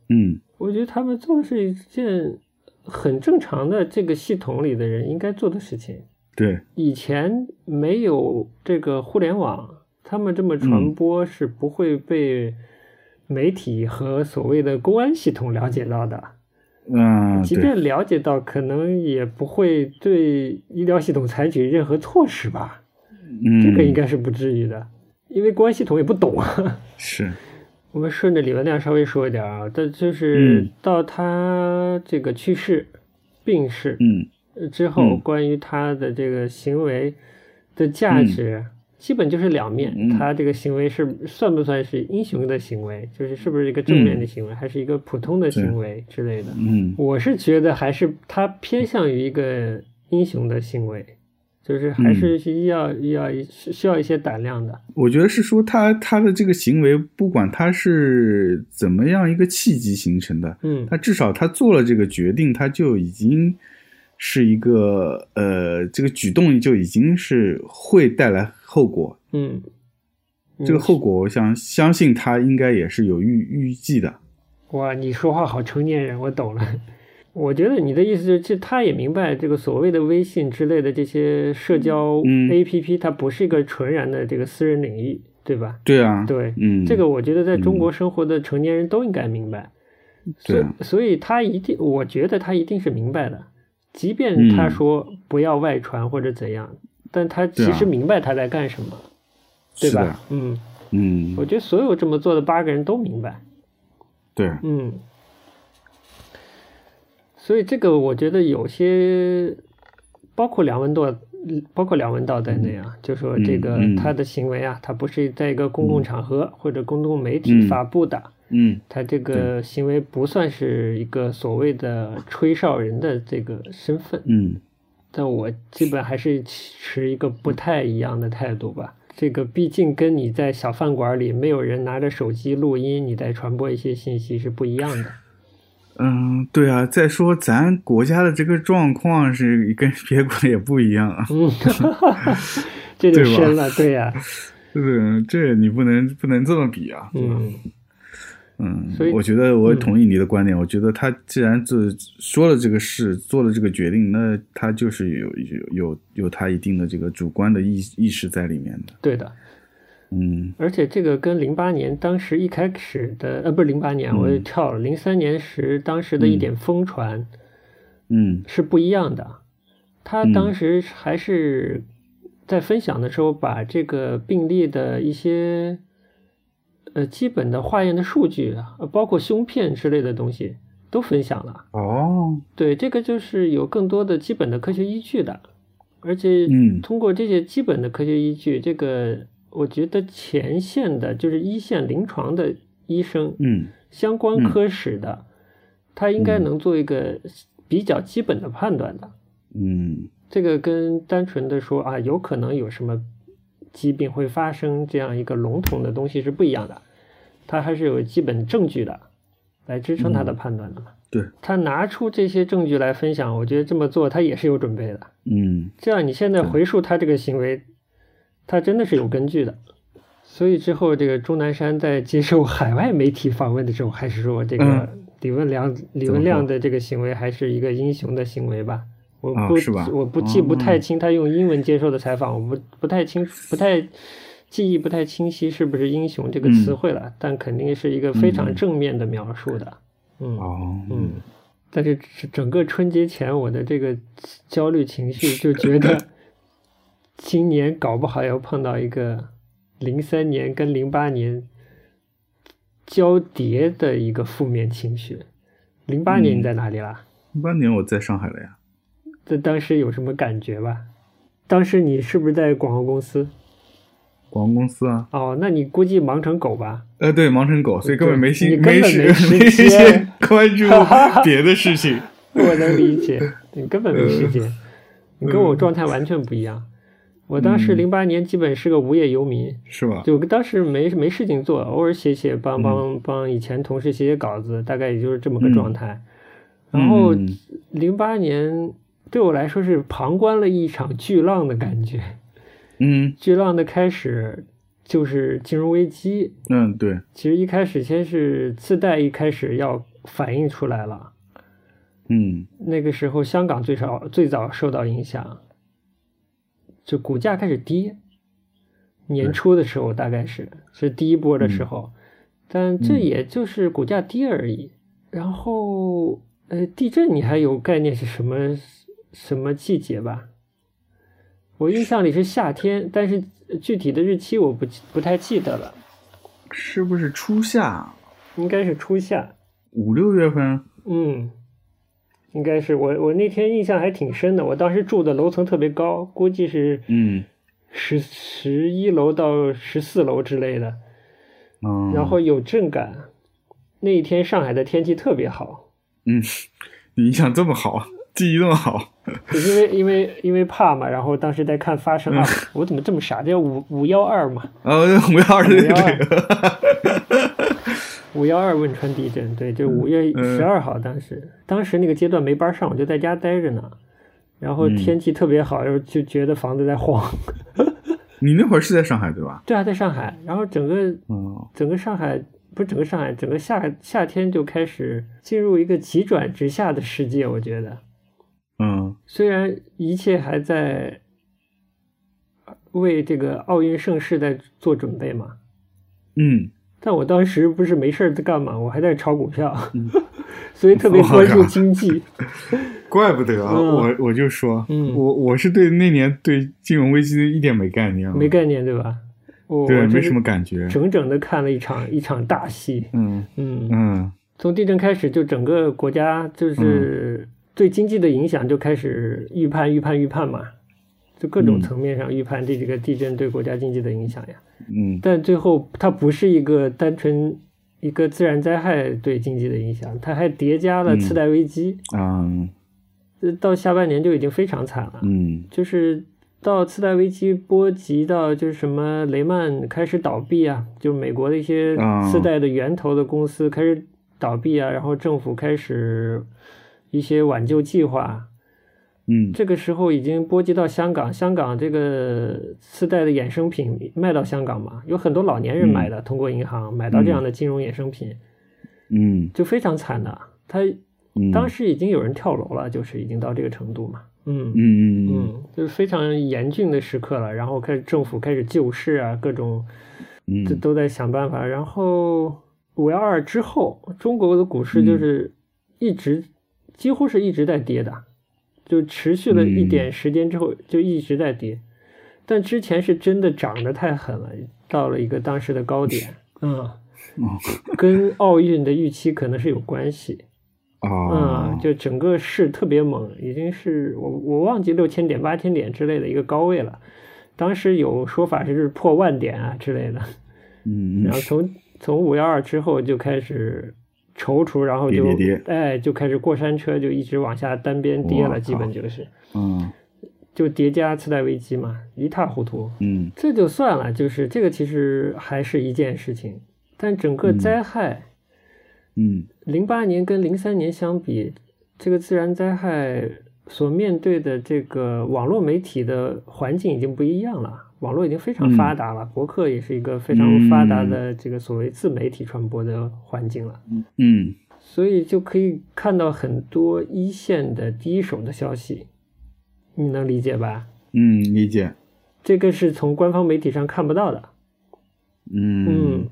S1: 嗯，
S2: 我觉得他们做的是一件很正常的这个系统里的人应该做的事情。
S1: 对，
S2: 以前没有这个互联网，他们这么传
S1: 嗯
S2: 播是不会被媒体和所谓的公安系统了解到的。
S1: 嗯，
S2: 即便了解到，可能也不会对医疗系统采取任何措施吧。
S1: 嗯，
S2: 这个应该是不至于的，因为公安系统也不懂啊。
S1: 是，
S2: 我们顺着李文亮稍微说一点啊，但
S1: 嗯
S2: 就是到他这个去世、病逝，
S1: 嗯，
S2: 之后关于他的这个行为的价值，
S1: 嗯、
S2: 基本就是两面。
S1: 嗯、
S2: 他这个行为是算不算是英雄的行为，就是是不是一个正面的行为，
S1: 嗯、
S2: 还是一个普通的行为之类的。
S1: 嗯，
S2: 我是觉得还是他偏向于一个英雄的行为，就是还是需要、
S1: 嗯、
S2: 要需要一些胆量的。
S1: 我觉得是说他他的这个行为，不管他是怎么样一个契机形成的，
S2: 嗯，
S1: 他至少他做了这个决定，他就已经是一个呃，这个举动就已经是会带来后果，
S2: 嗯，
S1: 这个后果，我想相信他应该也是有预预计的。
S2: 哇，你说话好成年人，我懂了。我觉得你的意思就是，这他也明白这个所谓的微信之类的这些社交 A P P，、
S1: 嗯、
S2: 它不是一个纯然的这个私人领域，对吧？
S1: 对啊，
S2: 对，
S1: 嗯，
S2: 这个我觉得在中国生活的成年人都应该明白。所
S1: 对
S2: 以
S1: 啊，
S2: 所以他一定，我觉得他一定是明白的，即便他
S1: 嗯
S2: 说不要外传或者怎样，但他
S1: 对
S2: 其
S1: 啊
S2: 实明白他在干什么，对
S1: 是的
S2: 吧？嗯，
S1: 嗯
S2: 我，觉得所有这么做的八个人都明白。
S1: 对，
S2: 嗯，所以这个我觉得有些，包括梁文道，包括梁文道在内啊，就说这个
S1: 嗯嗯
S2: 他的行为啊，他不是在一个公共场合或者公众媒体
S1: 嗯
S2: 发布的，
S1: 嗯，
S2: 他这个行为不算是一个所谓的吹哨人的这个身份，
S1: 嗯，
S2: 但我基本还是持一个不太一样的态度吧。这个毕竟跟你在小饭馆里没有人拿着手机录音，你在传播一些信息是不一样的。
S1: 嗯，对啊。再说咱国家的这个状况是跟别国的也不一样啊。
S2: 嗯，这就
S1: 对吧
S2: 深了，对呀、
S1: 这这你不能不能这么比啊。
S2: 嗯，
S1: 嗯
S2: 所以，
S1: 我觉得我同意你的观点。我觉得他既然这说了这个事，做了这个决定，那他就是有有有有他一定的这个主观的意意识在里面的。
S2: 对的。
S1: 嗯
S2: 而且这个跟零八年当时一开始的，呃，不是零八年，我又跳了，零三年时当时的一点疯传
S1: 嗯
S2: 是不一样的。他
S1: 嗯
S2: 当时还是在分享的时候，把这个病例的一些呃基本的化验的数据啊，呃包括胸片之类的东西都分享了。
S1: 哦
S2: 对，这个就是有更多的基本的科学依据的，而且
S1: 嗯
S2: 通过这些基本的科学依据，这个我觉得前线的，就是一线临床的医生，
S1: 嗯
S2: 相
S1: 嗯
S2: 关科室的，他应该
S1: 嗯
S2: 能做一个比较基本的判断的。
S1: 嗯
S2: 这个跟单纯的说啊，有可能有什么疾病会发生这样一个笼统的东西是不一样的，他还是有基本证据的来支撑他的判断的嘛。
S1: 对，
S2: 他拿出这些证据来分享，我觉得这么做他也是有准备的。
S1: 嗯
S2: 这样你现在
S1: 对
S2: 回溯他这个行为，他真的是有根据的。所以之后，这个钟南山在接受海外媒体访问的时候，还是说这个
S1: 嗯
S2: 李文亮、李文亮的这个行为还是一个英雄的行为吧？我
S1: 啊
S2: 不、
S1: 是吧
S2: 我不记不
S1: 哦
S2: 太清他用英文接受的采访，我不不太清不太记忆不太清晰是不是英雄这个
S1: 嗯
S2: 词汇了，但肯定是一个非常
S1: 嗯
S2: 正面的描述的。嗯
S1: 哦
S2: 嗯，但是整整个春节前，我的这个焦虑 情绪就觉得，今年搞不好要碰到一个零三年跟零八年交叠的一个负面情绪。零八年你
S1: 嗯
S2: 在哪里啦？
S1: 一八年我在上海了呀。
S2: 在、当时有什么感觉吧？当时你是不是在广告公司？
S1: 广告公司啊，
S2: 哦，那你估计忙成狗吧？
S1: 呃，对，忙成狗，所以根本没
S2: 你
S1: 心
S2: 根本
S1: 时
S2: 没时
S1: 没时
S2: 间
S1: 间关 注别的事情。
S2: 我能 理解，你根本没时间，
S1: 嗯
S2: 你跟我状态完全不一样。我当时
S1: 嗯
S2: 零八年基本是个无业游民，
S1: 是吧？
S2: 就当时没没事情做，偶尔写写帮帮帮以前同事写写稿子，大概也就是这么个状态。然后
S1: 嗯
S2: 零八年对我来说是旁观了一场巨浪的感觉，
S1: 嗯
S2: 巨浪的开始就是金融危机。
S1: 嗯，对，
S2: 其实一开始先是次贷一开始要反映出来了，
S1: 嗯
S2: 那个时候香港最少最早受到影响，就股价开始跌，年初的时候大概是是第一波的时候，但这也就是股价跌而已。然后呃，地震你还有概念是什么什么季节吧？我印象里是夏天，但是具体的日期我不记不太记得了，
S1: 是不是初夏
S2: 应该是初夏。
S1: 五六月份？
S2: 嗯，应该是我我那天印象还挺深的，我当时住的楼层特别高，估计是
S1: 嗯
S2: 十十一楼到十四楼之类的，
S1: 嗯，
S2: 然后有震感。那一天上海的天气特别好，
S1: 嗯，你印象这么好，记忆这么好，
S2: 因为因为因为怕嘛，然后当时在看发生啊，
S1: 嗯
S2: 我怎么这么傻？这叫五五幺二嘛，
S1: 啊，五月二十
S2: 五幺二
S1: 这个，
S2: 五幺二汶川地震，对，就五月
S1: 嗯
S2: 十二号，当时、当时那个阶段没班上，我就在家待着呢，然后
S1: 嗯
S2: 天气特别好，然后就觉得房子在晃。
S1: 你那会儿是在上海对吧？
S2: 对啊，在上海，然后整个
S1: 嗯
S2: 整个上海不是整个上海，整个夏夏天就开始进入一个急转直下的世界。我觉得，
S1: 嗯
S2: 虽然一切还在为这个奥运盛世在做准备嘛。
S1: 嗯，
S2: 但我当时不是没事儿在干嘛，我还在炒股票，
S1: 嗯
S2: 所以特
S1: 哦
S2: 别关注经济。
S1: 怪不得、啊
S2: 嗯
S1: 我，我就说，
S2: 嗯
S1: 我我是对那年对金融危机一点没概念啊，
S2: 没概念对吧？我
S1: 对，
S2: 我
S1: 没
S2: 这
S1: 什么感觉。
S2: 整整的看了一场一场大戏。
S1: 嗯
S2: 嗯，
S1: 嗯
S2: 从地震开始，就整个国家
S1: 嗯
S2: 就是对经济的影响就开始预判、预判、预判嘛，就各种
S1: 嗯
S2: 层面上预判这几个地震对国家经济的影响呀。
S1: 嗯
S2: 但最后它不是一个单纯一个自然灾害对经济的影响，它还叠加了
S1: 嗯
S2: 次贷危机，
S1: 啊
S2: 呃到下半年就已经非常惨了。
S1: 嗯
S2: 就是到次贷危机波及到就是什么雷曼开始倒闭啊，就美国的一些
S1: 啊
S2: 次贷的源头的公司开始倒闭啊，然后政府开始一些挽救计划。
S1: 嗯
S2: 这个时候已经波及到香港，香港这个次贷的衍生品卖到香港嘛，有很多老年人买的，通过银行买到这样的金融衍生品，
S1: 嗯
S2: 就非常惨的。啊他
S1: 嗯，
S2: 当时已经有人跳楼了，就是已经到这个程度嘛。嗯
S1: 嗯嗯
S2: 嗯，就是非常严峻的时刻了。然后开始政府开始救市啊，各种
S1: 嗯
S2: 这都在想办法。然后五幺二之后，中国的股
S1: 嗯
S2: 市就是一直、几乎是一直在跌的，就持续了一
S1: 嗯
S2: 点时间之后就一直在跌。但之前是真的涨得太狠了，到了一个当时的高点，嗯，
S1: 哦
S2: 跟奥运的预期可能是有关系。
S1: 啊
S2: 嗯，就整个市特别猛，已经是我我忘记六千点、八千点之类的一个高位了。当时有说法是破万点啊之类的，
S1: 嗯嗯
S2: 然后从从五幺二之后就开始踌躇，然后就
S1: 跌跌
S2: 哎就开始过山车，就一直往下单边跌
S1: 哇
S2: 了，基本就是
S1: 嗯
S2: 就叠加次贷危机嘛，一塌糊涂。
S1: 嗯
S2: 这就算了，就是这个其实还是一件事情，但整个
S1: 嗯
S2: 灾害，
S1: 嗯
S2: 零八年跟零三年相比，这个自然灾害所面对的这个网络媒体的环境已经不一样了，网络已经非常发达了，博客也是一个非常发达的这个所谓自媒体传播的环境了，
S1: 嗯
S2: 所以就可以看到很多一线的第一手的消息，你能理解吧？
S1: 嗯，理解。
S2: 这个是从官方媒体上看不到的。
S1: 嗯
S2: 嗯，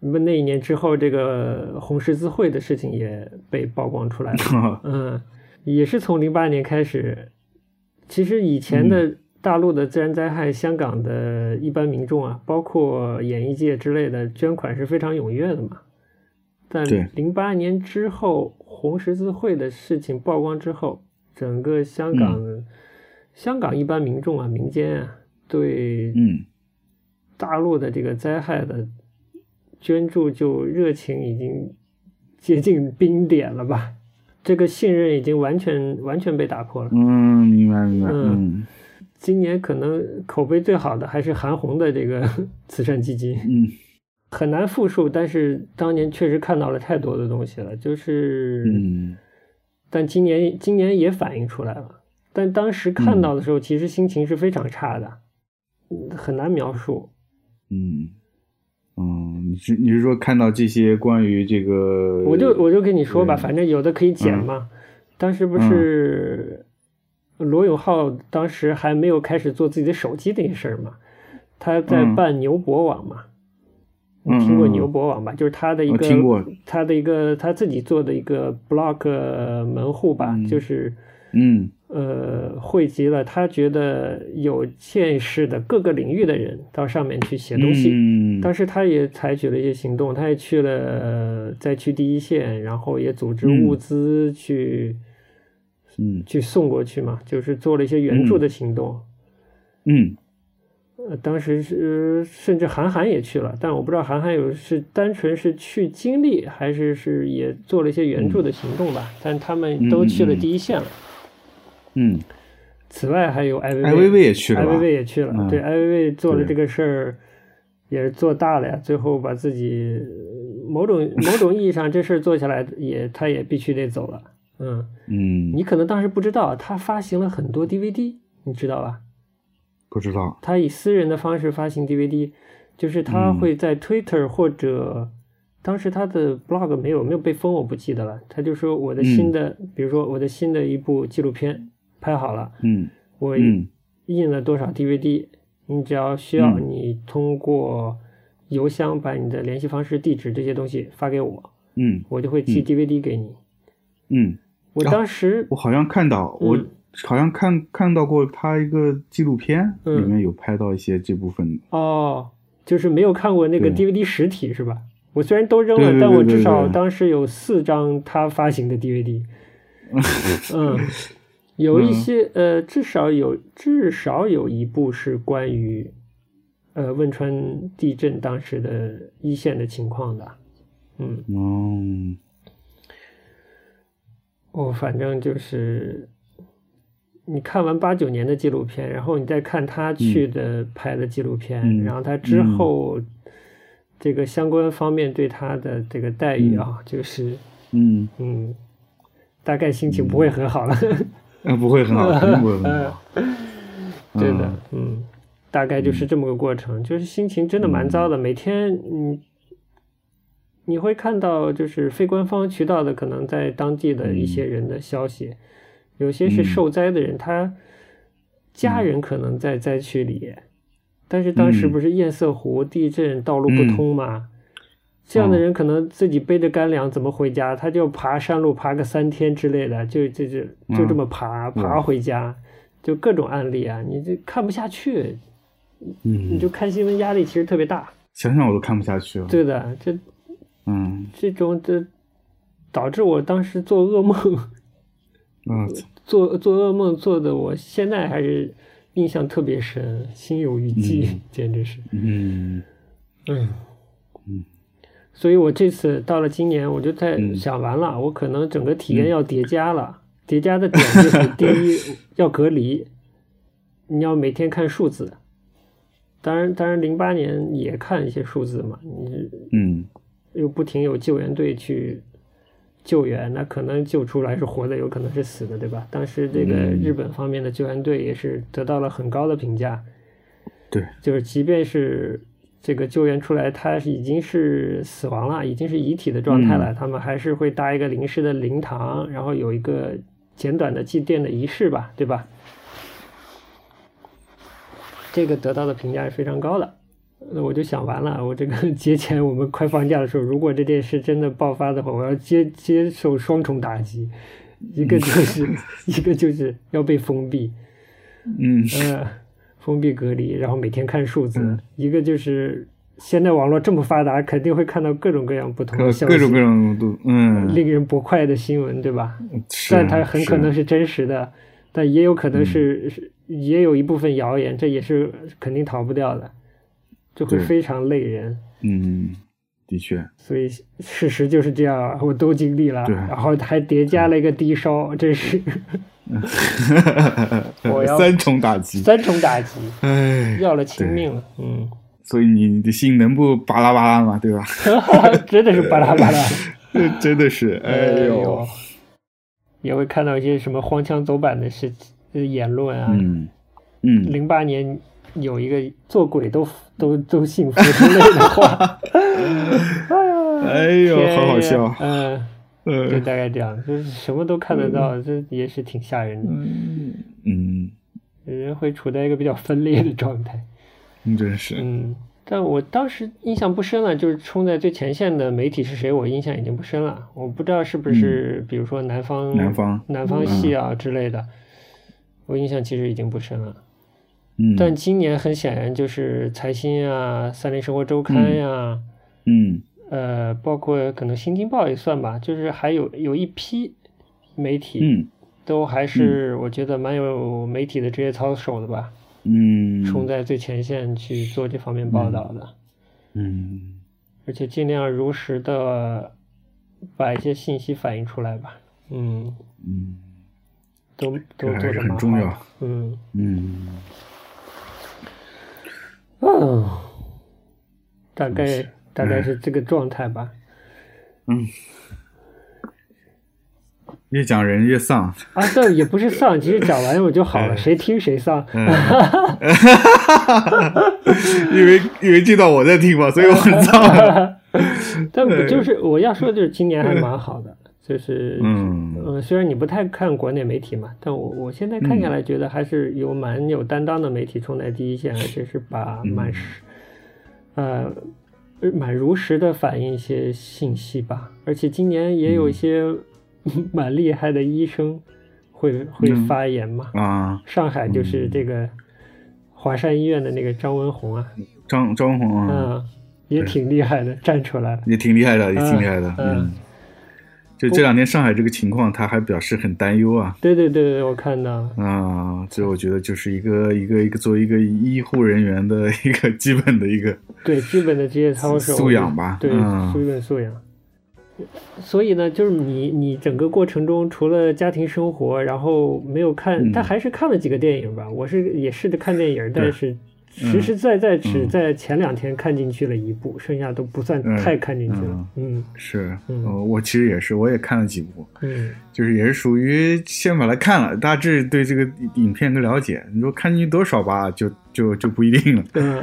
S2: 那么那一年之后，这个红十字会的事情也被曝光出来了。嗯，也是从零八年开始。其实以前的大陆的自然灾害，香港的一般民众啊，包括演艺界之类的，捐款是非常踊跃的嘛。但
S1: 对
S2: 零八年之后，红十字会的事情曝光之后，整个香港，香港一般民众啊，民间啊，对
S1: 嗯
S2: 大陆的这个灾害的捐助就热情已经接近冰点了吧？这个信任已经完全完全被打破了。
S1: 嗯，明白明白。嗯
S2: 今年可能口碑最好的还是韩红的这个 慈善基金，
S1: 嗯
S2: 很难复述，但是当年确实看到了太多的东西了，就是，
S1: 嗯
S2: 但今年今年也反映出来了。但当时
S1: 嗯
S2: 看到的时候，其实心情是非常差的，嗯很难描述。
S1: 嗯嗯，你是你是说看到这些关于这个？
S2: 我就我就跟你说吧，
S1: 嗯
S2: 反正有的可以剪嘛。当时不是罗永浩当时还没有开始做自己的手机那事儿嘛，他在
S1: 嗯
S2: 办牛博网嘛。
S1: 嗯
S2: 你听过
S1: 嗯嗯
S2: 牛博网吧？就是他的一
S1: 我
S2: 个
S1: 听过。
S2: 他的一个他自己做的一个 blog 呃门户吧，
S1: 嗯
S2: 就是
S1: 嗯
S2: 呃汇集了他觉得有见识的各个领域的人到上面去写东西。
S1: 嗯
S2: 当时他也采取了一些行动，他也去了呃灾区第一线，然后也组织物资去、
S1: 嗯
S2: 去送过去嘛，就是做了一些援助的行动。
S1: 嗯
S2: 呃，当时是甚至韩寒也去了，但我不知道韩寒有是单纯是去经历，还是是也做了一些援助的行动吧。但他们都去了第一线了。
S1: 嗯，
S2: 此外，还有艾薇
S1: 艾薇薇也去了
S2: 艾
S1: 吧？
S2: 薇薇也去了，
S1: 嗯
S2: 对，艾薇薇做了
S1: 对
S2: 这个事儿，也是做大了呀。最后把自己呃某种某种意义上这事儿做起来也，他也必须得走了。嗯，
S1: 嗯，
S2: 你可能当时不知道，他发行了很多 DVD，你知道吧？
S1: 不知道。
S2: 他以私人的方式发行 DVD，就是他
S1: 嗯
S2: 会在 Twitter 或者、当时他的 blog 没有没有被封，我不记得了。他就说我的
S1: 嗯
S2: 新的，比如说我的新的一部纪录片拍好了，
S1: 嗯
S2: 我
S1: 嗯
S2: 印了多少 DVD，你只要需要你通过邮箱把你的联系方式、地址这些东西发给我，
S1: 嗯
S2: 我就会寄 DVD 给你。
S1: 嗯，
S2: 我当时
S1: 我好像看到，我
S2: 嗯
S1: 好像看看到过他一个纪录片，
S2: 嗯
S1: 里面有拍到一些这部分。
S2: 哦，就是没有看过那个
S1: 对
S2: DVD 实体是吧？我虽然都扔
S1: 对
S2: 了，
S1: 对
S2: 但
S1: 对
S2: 我
S1: 对
S2: 至少
S1: 对
S2: 当时有四张他发行的 DVD。嗯，有一
S1: 嗯
S2: 些呃，至少有至少有一部是关于呃汶川地震当时的一线的情况的。嗯，
S1: 哦，
S2: 我哦反正就是，你看完八九年的纪录片，然后你再看他去的拍的纪录片，
S1: 嗯
S2: 然后他之后、这个相关方面对他的这个待遇啊，就是
S1: 嗯，
S2: 嗯，大概心情不会很好了，
S1: 呃，不会很好，肯定不会很好。
S2: 真的
S1: 嗯，
S2: 嗯，大概就是这么个过程，就是心情真的蛮糟的，每天嗯。你会看到，就是非官方渠道的，可能在当地的一些人的消息，有些是
S1: 嗯
S2: 受灾的人，他家人可能在灾区里，但是当时
S1: 嗯
S2: 不是堰塞湖地震道路不通嘛，这样的人可能自己背着干粮怎么回家？他就爬山路爬个三天之类的，就就就就这么爬、
S1: 嗯
S2: 爬回家，就各种案例啊，你这看不下去，你
S1: 嗯，
S2: 就看新闻压力其实特别大。
S1: 想想我都看不下去了。
S2: 对的，这
S1: 嗯，
S2: 这种这导致我当时做噩梦。
S1: 啊，
S2: 做做噩梦做的，我现在还是印象特别深，心有余悸，
S1: 嗯
S2: 简直是。
S1: 嗯
S2: 嗯
S1: 嗯。
S2: 所以我这次到了今年，我就在
S1: 嗯
S2: 想完了，我可能整个体验要叠加了。叠加的点就是 第一要隔离，你要每天看数字。当然，当然，零八年也看一些数字嘛，你
S1: 嗯
S2: 又不停有救援队去救援，那可能救出来是活的，有可能是死的，对吧？当时这个
S1: 嗯
S2: 日本方面的救援队也是得到了很高的评价，
S1: 对，
S2: 就是即便是这个救援出来，他是已经是死亡了，已经是遗体的状态了，他们还是会搭一个临时的灵堂，然后有一个简短的祭奠的仪式吧，对吧？这个得到的评价是非常高的。那我就想完了，我这个 节前我们快放假的时候，如果这件事真的爆发的话，我要接接受双重打击，一个就是一个就是要被封闭，
S1: 嗯
S2: 呃，封闭隔离，然后每天看数字；一个就是现在网络这么发达，肯定会看到各种各样不同
S1: 各
S2: 的消息，
S1: 各种各种都，嗯，
S2: 令人不快的新闻，对吧？
S1: 是啊
S2: 但它很可能
S1: 是嗯
S2: 是真实的，但也有可能是、是也有一部分谣言，这也是肯定逃不掉的，就会
S1: 对
S2: 非常累人。
S1: 嗯，的确，
S2: 所以事实就是这样啊，我都经历了，
S1: 对
S2: 然后还叠加了一个低烧，真是 我要
S1: 三重打击，
S2: 三重打击，
S1: 哎，
S2: 要了亲命了， 嗯，
S1: 所以你的心能不巴拉巴拉吗？对吧？
S2: 真的是巴拉巴拉，
S1: 真的是，哎呦，，
S2: 也会看到一些什么荒腔走板的事呃言论啊。
S1: 嗯嗯，
S2: 零八、年有一个做鬼都 都都幸福之类的话，
S1: 哎
S2: 哎
S1: 呦，好好笑，
S2: 嗯、就
S1: 呃，
S2: 大概这样，就是什么都看得到，这也是挺吓人的，
S1: 嗯，
S2: 人会处在一个比较分裂的状态。
S1: 真是，
S2: 嗯，但我当时印象不深了，就是冲在最前线的媒体是谁，我印象已经不深了。我不知道是不是，比如说南方、
S1: 嗯南方嗯
S2: 南方系啊之类的，我印象其实已经不深了。
S1: 嗯，
S2: 但今年很显然就是财新啊、三联生活周刊呀、
S1: 嗯
S2: 呃，包括可能新京报也算吧，就是还有有一批媒体
S1: 嗯
S2: 都还是我觉得蛮有媒体的职业操守的吧，
S1: 嗯，
S2: 冲在最前线去做这方面报道的。
S1: 嗯
S2: 而且尽量如实的把一些信息反映出来吧。嗯，
S1: 嗯，
S2: 都
S1: 这
S2: 都
S1: 还
S2: 做
S1: 是
S2: 的
S1: 很重要，
S2: 嗯
S1: 嗯
S2: 嗯，大概
S1: 是
S2: 大概是这个状态吧。
S1: 嗯，越讲人越丧，
S2: 啊，这也不是丧，其实讲完我就好
S1: 哎
S2: 了，谁听谁
S1: 嗯
S2: 丧。
S1: 因为因为听到我在 听嘛，所以我很丧。
S2: 但我就是我要说，的就是今年还蛮好的，就是
S1: 嗯
S2: 呃，虽然你不太看国内媒体嘛，但我我现在看下
S1: 嗯
S2: 来觉得还是有蛮有担当的媒体冲在第一线，而且是把
S1: 嗯
S2: 蛮实，呃，蛮如实的反映一些信息吧。而且今年也
S1: 嗯
S2: 有一些 蛮厉害的医生会会
S1: 嗯
S2: 发言嘛。
S1: 啊，
S2: 上海就是这个华山医院的那个张文宏
S1: 嗯
S2: 啊，
S1: 张张文宏啊，
S2: 嗯，也挺厉害的，站出来了。
S1: 也挺厉害的，也挺厉害的，
S2: 嗯
S1: 嗯。就这两天上海这个情况，他还表示很担忧啊
S2: 对对对对，我看到了。
S1: 啊！这我觉得就是一个一个一个作为一个医护人员的一个基本的一个
S2: 对基本的职业操守
S1: 素养吧
S2: 对，
S1: 嗯
S2: 基本素养。所以呢，就是你你整个过程中，除了家庭生活，然后没有看，
S1: 嗯
S2: 但还是看了几个电影吧。我是也试着看电影，但是实
S1: 嗯
S2: 实在在只
S1: 嗯
S2: 在前两天看进去了一部，剩下都不算
S1: 嗯
S2: 太看进去了。嗯
S1: 是，
S2: 嗯
S1: 呃我其实也是，我也看了几部，
S2: 嗯
S1: 就是也是属于先把它看了，大致对这个影片个了解。你说看进去多少吧，就就就不一定了。
S2: 嗯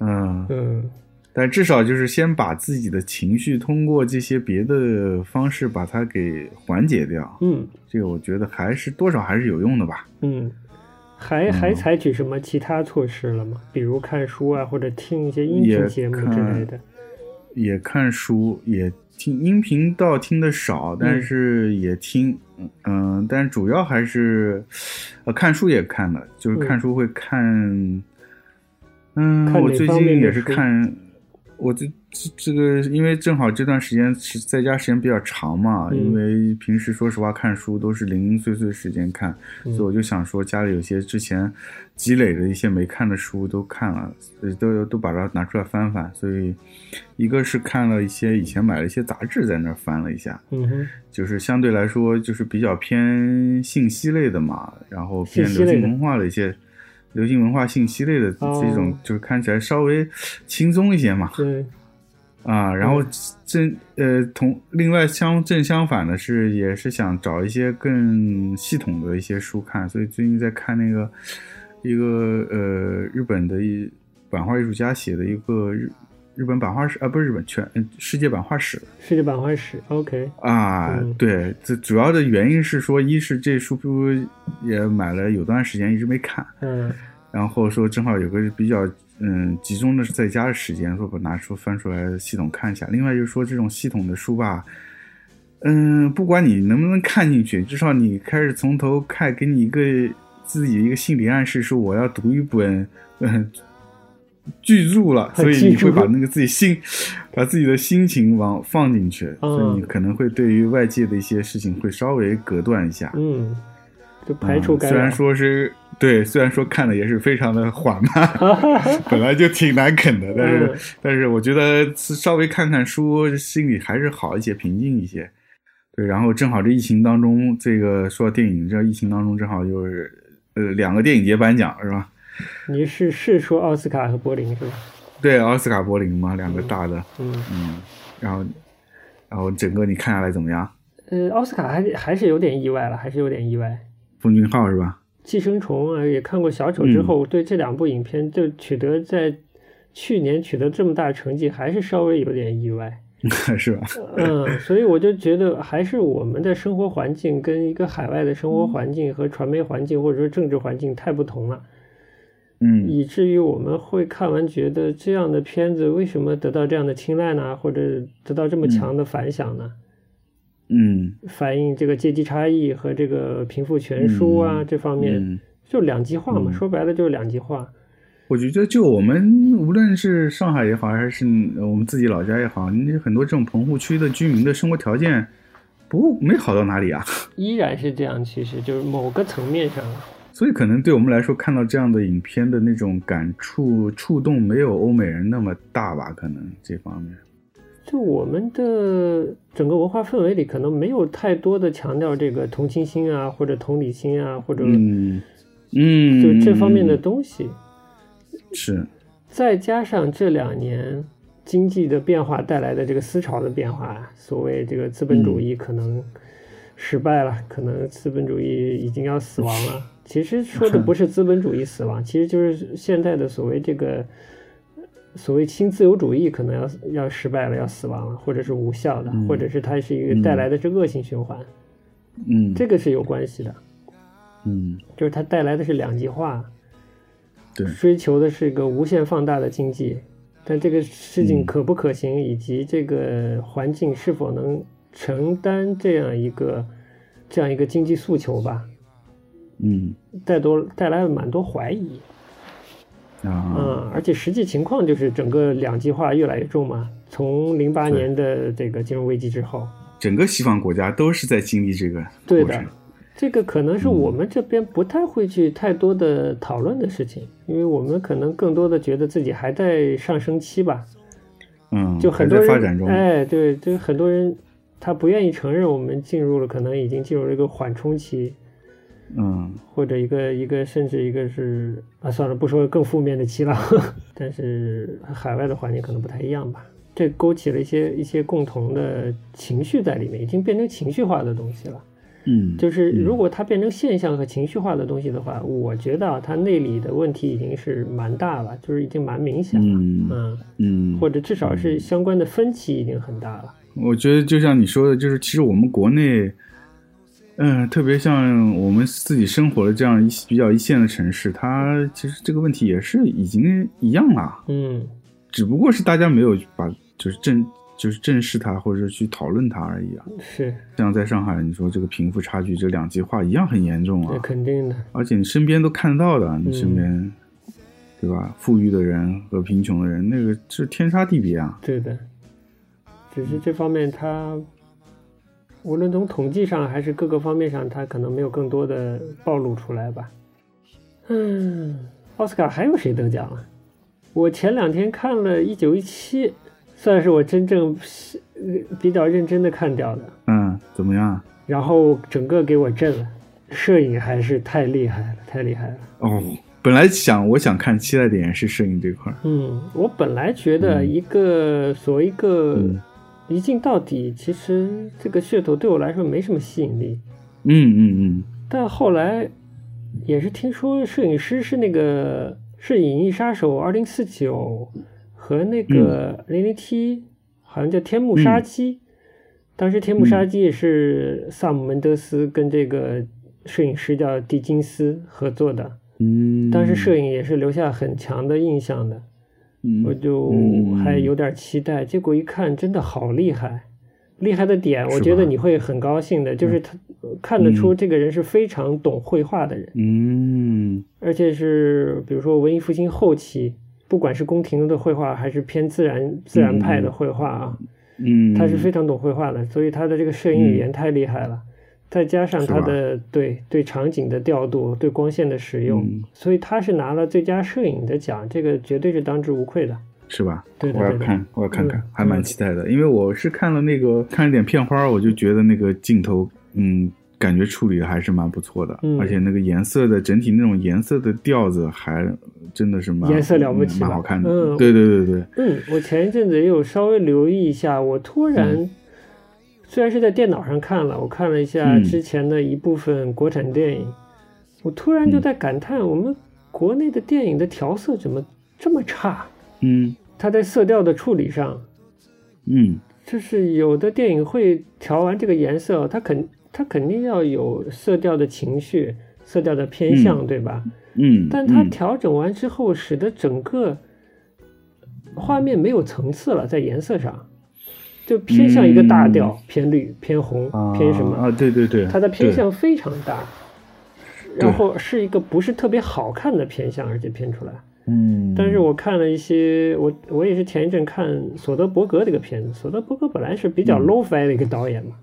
S1: 嗯，
S2: 嗯
S1: 但至少就是先把自己的情绪通过这些别的方式把它给缓解掉，
S2: 嗯
S1: 这个我觉得还是多少还是有用的吧。
S2: 嗯，还还采取什么其他措施了吗？比如看书啊，或者听一些音频
S1: 也
S2: 节目之
S1: 看
S2: 类的。
S1: 也看书，也听音频，倒听的少，但是也听，嗯、但主要还是，呃，看书也看的，就是看书会看，嗯，
S2: 看
S1: 我
S2: 哪
S1: 最
S2: 方面
S1: 近
S2: 的
S1: 也是
S2: 书
S1: 看，我这这这个，因为正好这段时间是在家时间比较长嘛，
S2: 嗯
S1: 因为平时说实话看书都是零零碎碎时间看，
S2: 嗯
S1: 所以我就想说，家里有些之前积累的一些没看的书都看了，呃都都把它拿出来翻翻。所以，一个是看了一些以前买了一些杂志，在那儿翻了一下，
S2: 嗯哼。
S1: 就是相对来说就是比较偏信息类的嘛，然后偏
S2: 信息
S1: 流
S2: 类的
S1: 行文化的一些流行文化信息类的
S2: 哦
S1: 这种，就是看起来稍微轻松一些 嘛。
S2: 对，
S1: 啊，然后正呃同另外相正相反的是，也是想找一些更系统的一些书看，所以最近在看那个一个呃日本的一版画艺术家写的一个日日本版画史啊，不是日本全呃世界版画史
S2: 世界版画史，OK，
S1: 啊，
S2: 嗯
S1: 对，这主要的原因是说，一是这书也买了有段时间一直没看，
S2: 嗯
S1: 然后说正好有个比较嗯集中的是在家的时间，说把拿出翻出来系统看一下。另外就是说这种系统的书吧，嗯，不管你能不能看进去，至少你开始从头看，给你一个自己一个心理暗示，说我要读一本嗯巨著了，所以你会把那个自己心把自己的心情往放进去，所以你可能会对于外界的一些事情会稍微隔断一下。
S2: 嗯，就排除
S1: 嗯
S2: 干
S1: 虽然
S2: 扰。
S1: 说是对，虽然说看的也是非常的缓 慢，本来就挺难啃的，但是、
S2: 嗯
S1: 但是我觉得稍微看看书，心里还是好一些，平静一些。对，然后正好这疫情当中，这个说到电影，这疫情当中正好又是呃两个电影节颁奖是吧？
S2: 你是是说奥斯卡和柏林是吧？
S1: 对，奥斯卡、柏林嘛，两个大的，
S2: 嗯，
S1: 嗯，然后然后整个你看下来怎么样？
S2: 呃，奥斯卡还是还是有点意外了，还是有点意外。
S1: 奉俊昊是吧？
S2: 寄生虫啊，也看过小丑之
S1: 嗯
S2: 后，对这两部影片就取得在去年取得这么大成绩，还是稍微有点意外。
S1: 是吧？
S2: 嗯，所以我就觉得还是我们的生活环境跟一个海外的生活环境和传媒环境或者说政治环境太不同了。
S1: 嗯
S2: 以至于我们会看完觉得这样的片子为什么得到这样的青睐呢？或者得到这么强的反响呢？
S1: 嗯
S2: 反映这个阶级差异和这个贫富悬殊啊、
S1: 嗯
S2: 这方面，
S1: 嗯。
S2: 就两极化嘛。
S1: 嗯
S2: 说白了就是两极化。
S1: 我觉得，就我们无论是上海也好，还是我们自己老家也好，你很多这种棚户区的居民的生活条件不没好到哪里啊，
S2: 依然是这样，其实就是某个层面上，
S1: 所以可能对我们来说，看到这样的影片的那种感触触动，没有欧美人那么大吧？可能这方面，
S2: 就我们的整个文化氛围里，可能没有太多的强调这个同情心啊，或者同理心啊，或者
S1: 嗯嗯，
S2: 就这方面的东西。
S1: 是，
S2: 再加上这两年经济的变化带来的这个思潮的变化，所谓这个资本主义可能失败了，可能资本主义已经要死亡 了。其实说的不是资本主义死亡，其实就是现在的所谓这个所谓新自由主义可能要要失败了，要死亡了，或者是无效的，
S1: 嗯
S2: 或者是它是一个带来的是恶性循环，
S1: 嗯，
S2: 这个是有关系的，
S1: 嗯，
S2: 就是它带来的是两极化，
S1: 对，
S2: 追求的是个无限放大的经济，但这个事情
S1: 嗯
S2: 可不可行，以及这个环境是否能承担这样一个这样一个经济诉求吧，
S1: 嗯
S2: 带多带来了蛮多怀疑，
S1: 啊，
S2: 嗯，而且实际情况就是整个两极化越来越重嘛。从零八
S1: 对
S2: 年的这个金融危机之后，
S1: 整个西方国家都是在经历这个
S2: 对
S1: 过
S2: 的
S1: 程，
S2: 这个可能是
S1: 嗯
S2: 我们这边不太会去太多的讨论的事情，因为我们可能更多的觉得自己还在上升期吧，
S1: 嗯，
S2: 就很多
S1: 还
S2: 人
S1: 在发展中，
S2: 哎，对，就是很多人他不愿意承认我们进入了，可能已经进入了一个缓冲期，
S1: 嗯，
S2: 或者一个一个甚至一个是啊，算了，不说更负面的期了， 但是海外的环境可能不太一样吧。这勾起了一些一些共同的情绪在里面，已经变成情绪化的东西了。
S1: 嗯，
S2: 就是
S1: 嗯
S2: 如果它变成现象和情绪化的东西的话，我觉得啊，它内里的问题已经是蛮大了，就是已经蛮明显了，
S1: 嗯
S2: 嗯，
S1: 嗯，
S2: 或者至少是相关的分歧已经很大了。
S1: 我觉得就像你说的，就是其实我们国内，嗯、特别像我们自己生活的这样一比较一线的城市，它其实这个问题也是已经一样了，
S2: 嗯，
S1: 只不过是大家没有把就是正就是正视它，或者是去讨论它而已啊。
S2: 是，
S1: 像在上海，你说这个贫富差距、这两极化一样很严重
S2: 这
S1: 啊，
S2: 肯定的，
S1: 而且你身边都看到的，你身边、对吧？富裕的人和贫穷的人，那个是天差地别啊。
S2: 对的。只是这方面它，无论从统计上还是各个方面上，它可能没有更多的暴露出来吧。嗯，奥斯卡还有谁得奖啊？我前两天看了《一九一七》，算是我真正是呃比较认真的看掉的，
S1: 嗯，怎么样？
S2: 然后整个给我震了。摄影还是太厉害了，太厉害了。
S1: 哦，本来想我想看期待点是摄影这块儿，
S2: 嗯，我本来觉得一个、所谓一个
S1: 嗯
S2: 一镜到底，其实这个噱头对我来说没什么吸引力。
S1: 嗯嗯
S2: 但后来也是听说摄影师是那个是《银翼杀手二零四九》和那
S1: 嗯
S2: 个零零七，好像叫天幕杀机。当时天幕杀机也是萨姆门德斯跟这个摄影师叫狄金斯合作的，
S1: 嗯嗯，
S2: 当时摄影也是留下很强的印象的。
S1: 嗯，
S2: 我就
S1: 嗯
S2: 还有点期待，结果一看真的好厉害，厉害的点，我觉得
S1: 吧嗯
S2: 你会很高兴的，就是他呃看得出这个人是非常懂绘画的人，
S1: 嗯
S2: 而且是比如说文艺复兴后期，不管是宫廷的绘画还是偏自然自然派的绘画啊，
S1: 嗯，
S2: 他是非常懂绘画的，所以他的这个摄影语言太厉害了。再加上
S1: 是
S2: 他
S1: 吧
S2: 的对对场景的调度、对光线的使用，
S1: 嗯
S2: 所以他是拿了最佳摄影的奖，这个绝对是当之无愧的。
S1: 是吧？
S2: 对的
S1: 我要
S2: 对的
S1: 看，我要看看
S2: 嗯，
S1: 还蛮期待的，因为我是看了那个看了点片花，我就觉得那个镜头，嗯。感觉处理的还是蛮不错的，
S2: 嗯
S1: 而且那个颜色的整体那种颜色的调子还真的是蛮
S2: 颜色了不起
S1: 蛮
S2: 吧
S1: 好看的。
S2: 嗯
S1: 对对对对，
S2: 嗯，我前一阵子也有稍微留意一下，我突然、虽然是在电脑上看了，我看了一下
S1: 嗯
S2: 之前的一部分国产电影，我突然就在感叹，我们国内的电影的调色怎么这么差？
S1: 嗯
S2: 它在色调的处理上，
S1: 嗯
S2: 就是有的电影会调完这个颜色，它肯它肯定要有色调的情绪、色调的偏向，对吧？
S1: 嗯，
S2: 但它
S1: 嗯
S2: 调整完之后，使得整个画面没有层次了，在颜色上就偏向一个大调，偏绿、偏红、偏什么，
S1: 嗯啊？对对对，
S2: 它的偏
S1: 对
S2: 向非常大，
S1: 对
S2: 然后是一个不是特别好看的偏向，而且偏出来。
S1: 嗯，
S2: 但是我看了一些，我我也是前一阵看索德伯格这个片子。索德伯格本来是比较
S1: 嗯
S2: low fi 的一个导 演嘛，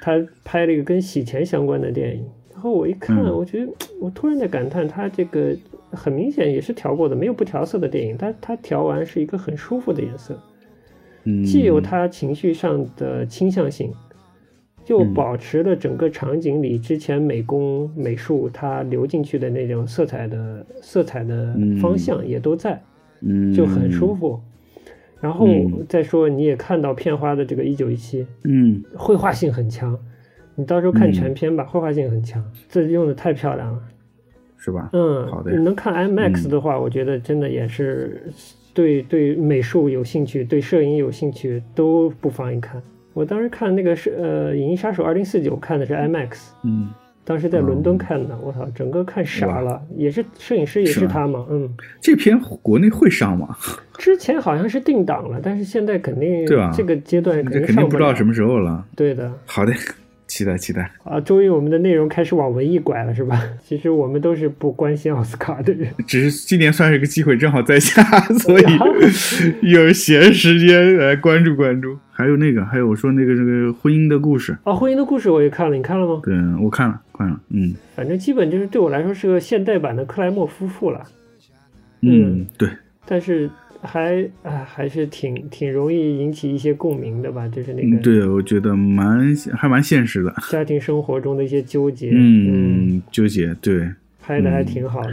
S2: 他拍了一个跟洗钱相关的电影。然后我一看，
S1: 嗯
S2: 我觉得我突然在感叹，他这个很明显也是调过的，没有不调色的电影，但他调完是一个很舒服的颜色，
S1: 嗯
S2: 既有他情绪上的倾向性，又
S1: 嗯
S2: 保持了整个场景里之前美工美术它流进去的那种色彩的色彩的方向也都在。
S1: 嗯
S2: 就很舒，服。然后
S1: 嗯
S2: 再说，你也看到片花的这个一九一七，
S1: 嗯
S2: 绘画性很强。你到时候看
S1: 嗯
S2: 全片吧，绘画性很强，这用的太漂亮了。
S1: 嗯是吧？
S2: 嗯，
S1: 好的。
S2: 能看 IMAX 的话，我觉得真的也是对对美术有兴趣、对摄影有兴趣都不妨一看。我当时看那个是呃《银翼杀手二零四九》，看的是 IMAX，
S1: 嗯，哦
S2: 当时在伦敦看的，我操，整个看傻了。也是摄影师也
S3: 是
S2: 是
S3: 吗
S2: 他嘛，嗯，
S3: 这片国内会上吗？
S2: 之前好像是定档了，但是现在肯定
S3: 对吧
S2: 这个阶段
S3: 这
S2: 肯定
S3: 肯
S2: 嗯上
S3: 定不知
S2: 了
S3: 道什么时候了。
S2: 对的
S3: 好 的，期待期待。
S2: 啊，终于我们的内容开始往文艺拐了，是吧？ 其实我们都是不关心奥斯卡的人，
S3: 只是今年算是个机会，正好在 家，所以有闲时间来关注关注。
S1: 还有那个，还有我说那个这个婚姻的故事，
S2: 啊，《婚姻的故事》我也看了，你看了吗？
S1: 对我看了看了，嗯
S2: 反正基本就是对我来说是个现代版的克莱默夫妇了，
S1: 嗯，对，
S2: 但是还啊还是挺挺容易引起一些共鸣的吧，就是那
S1: 嗯
S2: 个
S1: 对，我觉得蛮还蛮现实的，
S2: 家庭生活中的一些纠结，嗯，
S1: 嗯，纠结，对
S2: 拍的还挺好的，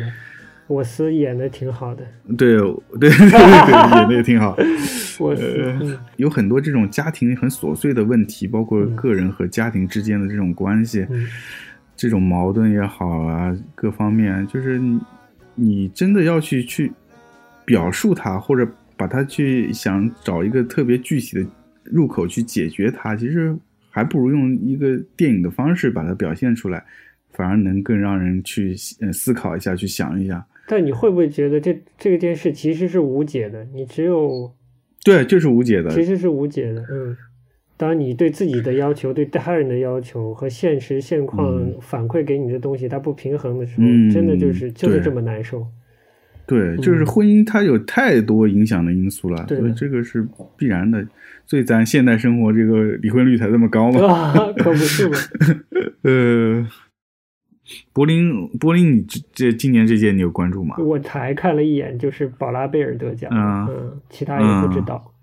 S2: 我司演的挺好的，
S1: 对对对对，演的也挺好，
S2: 我司、
S3: 呃
S2: 嗯
S1: 有很多这种家庭很琐碎的问题，包括
S2: 嗯
S1: 个人和家庭之间的这种关系，
S2: 嗯
S1: 这种矛盾也好啊，各方面，就是你你真的要去去表述它，或者把它去想找一个特别具体的入口去解决它，其实还不如用一个电影的方式把它表现出来，反而能更让人去呃思考一下，去想一下。
S2: 但你会不会觉得这这件事其实是无解的？你只
S1: 嗯
S2: 有
S1: 对，就是无解的。
S2: 其实是无解的，嗯。当你对自己的要求、对他人的要求和现实现况
S1: 嗯
S2: 反馈给你的东西，它不平衡的时候，
S1: 嗯
S2: 真的就是就是
S1: 对
S2: 这么 难受。
S1: 对，就是
S2: 嗯
S1: 婚姻它有太多影响的因素了，
S2: 对的
S1: 所以这个是必然的。所以咱现代生活这个离婚率才这么高嘛。
S2: 啊，可不是嘛。
S1: 呃，柏林，柏林，你这这今年这届你有关注吗？
S2: 我才看了一眼，就是宝拉贝尔得奖，
S1: 啊
S2: 嗯，其他也不知道。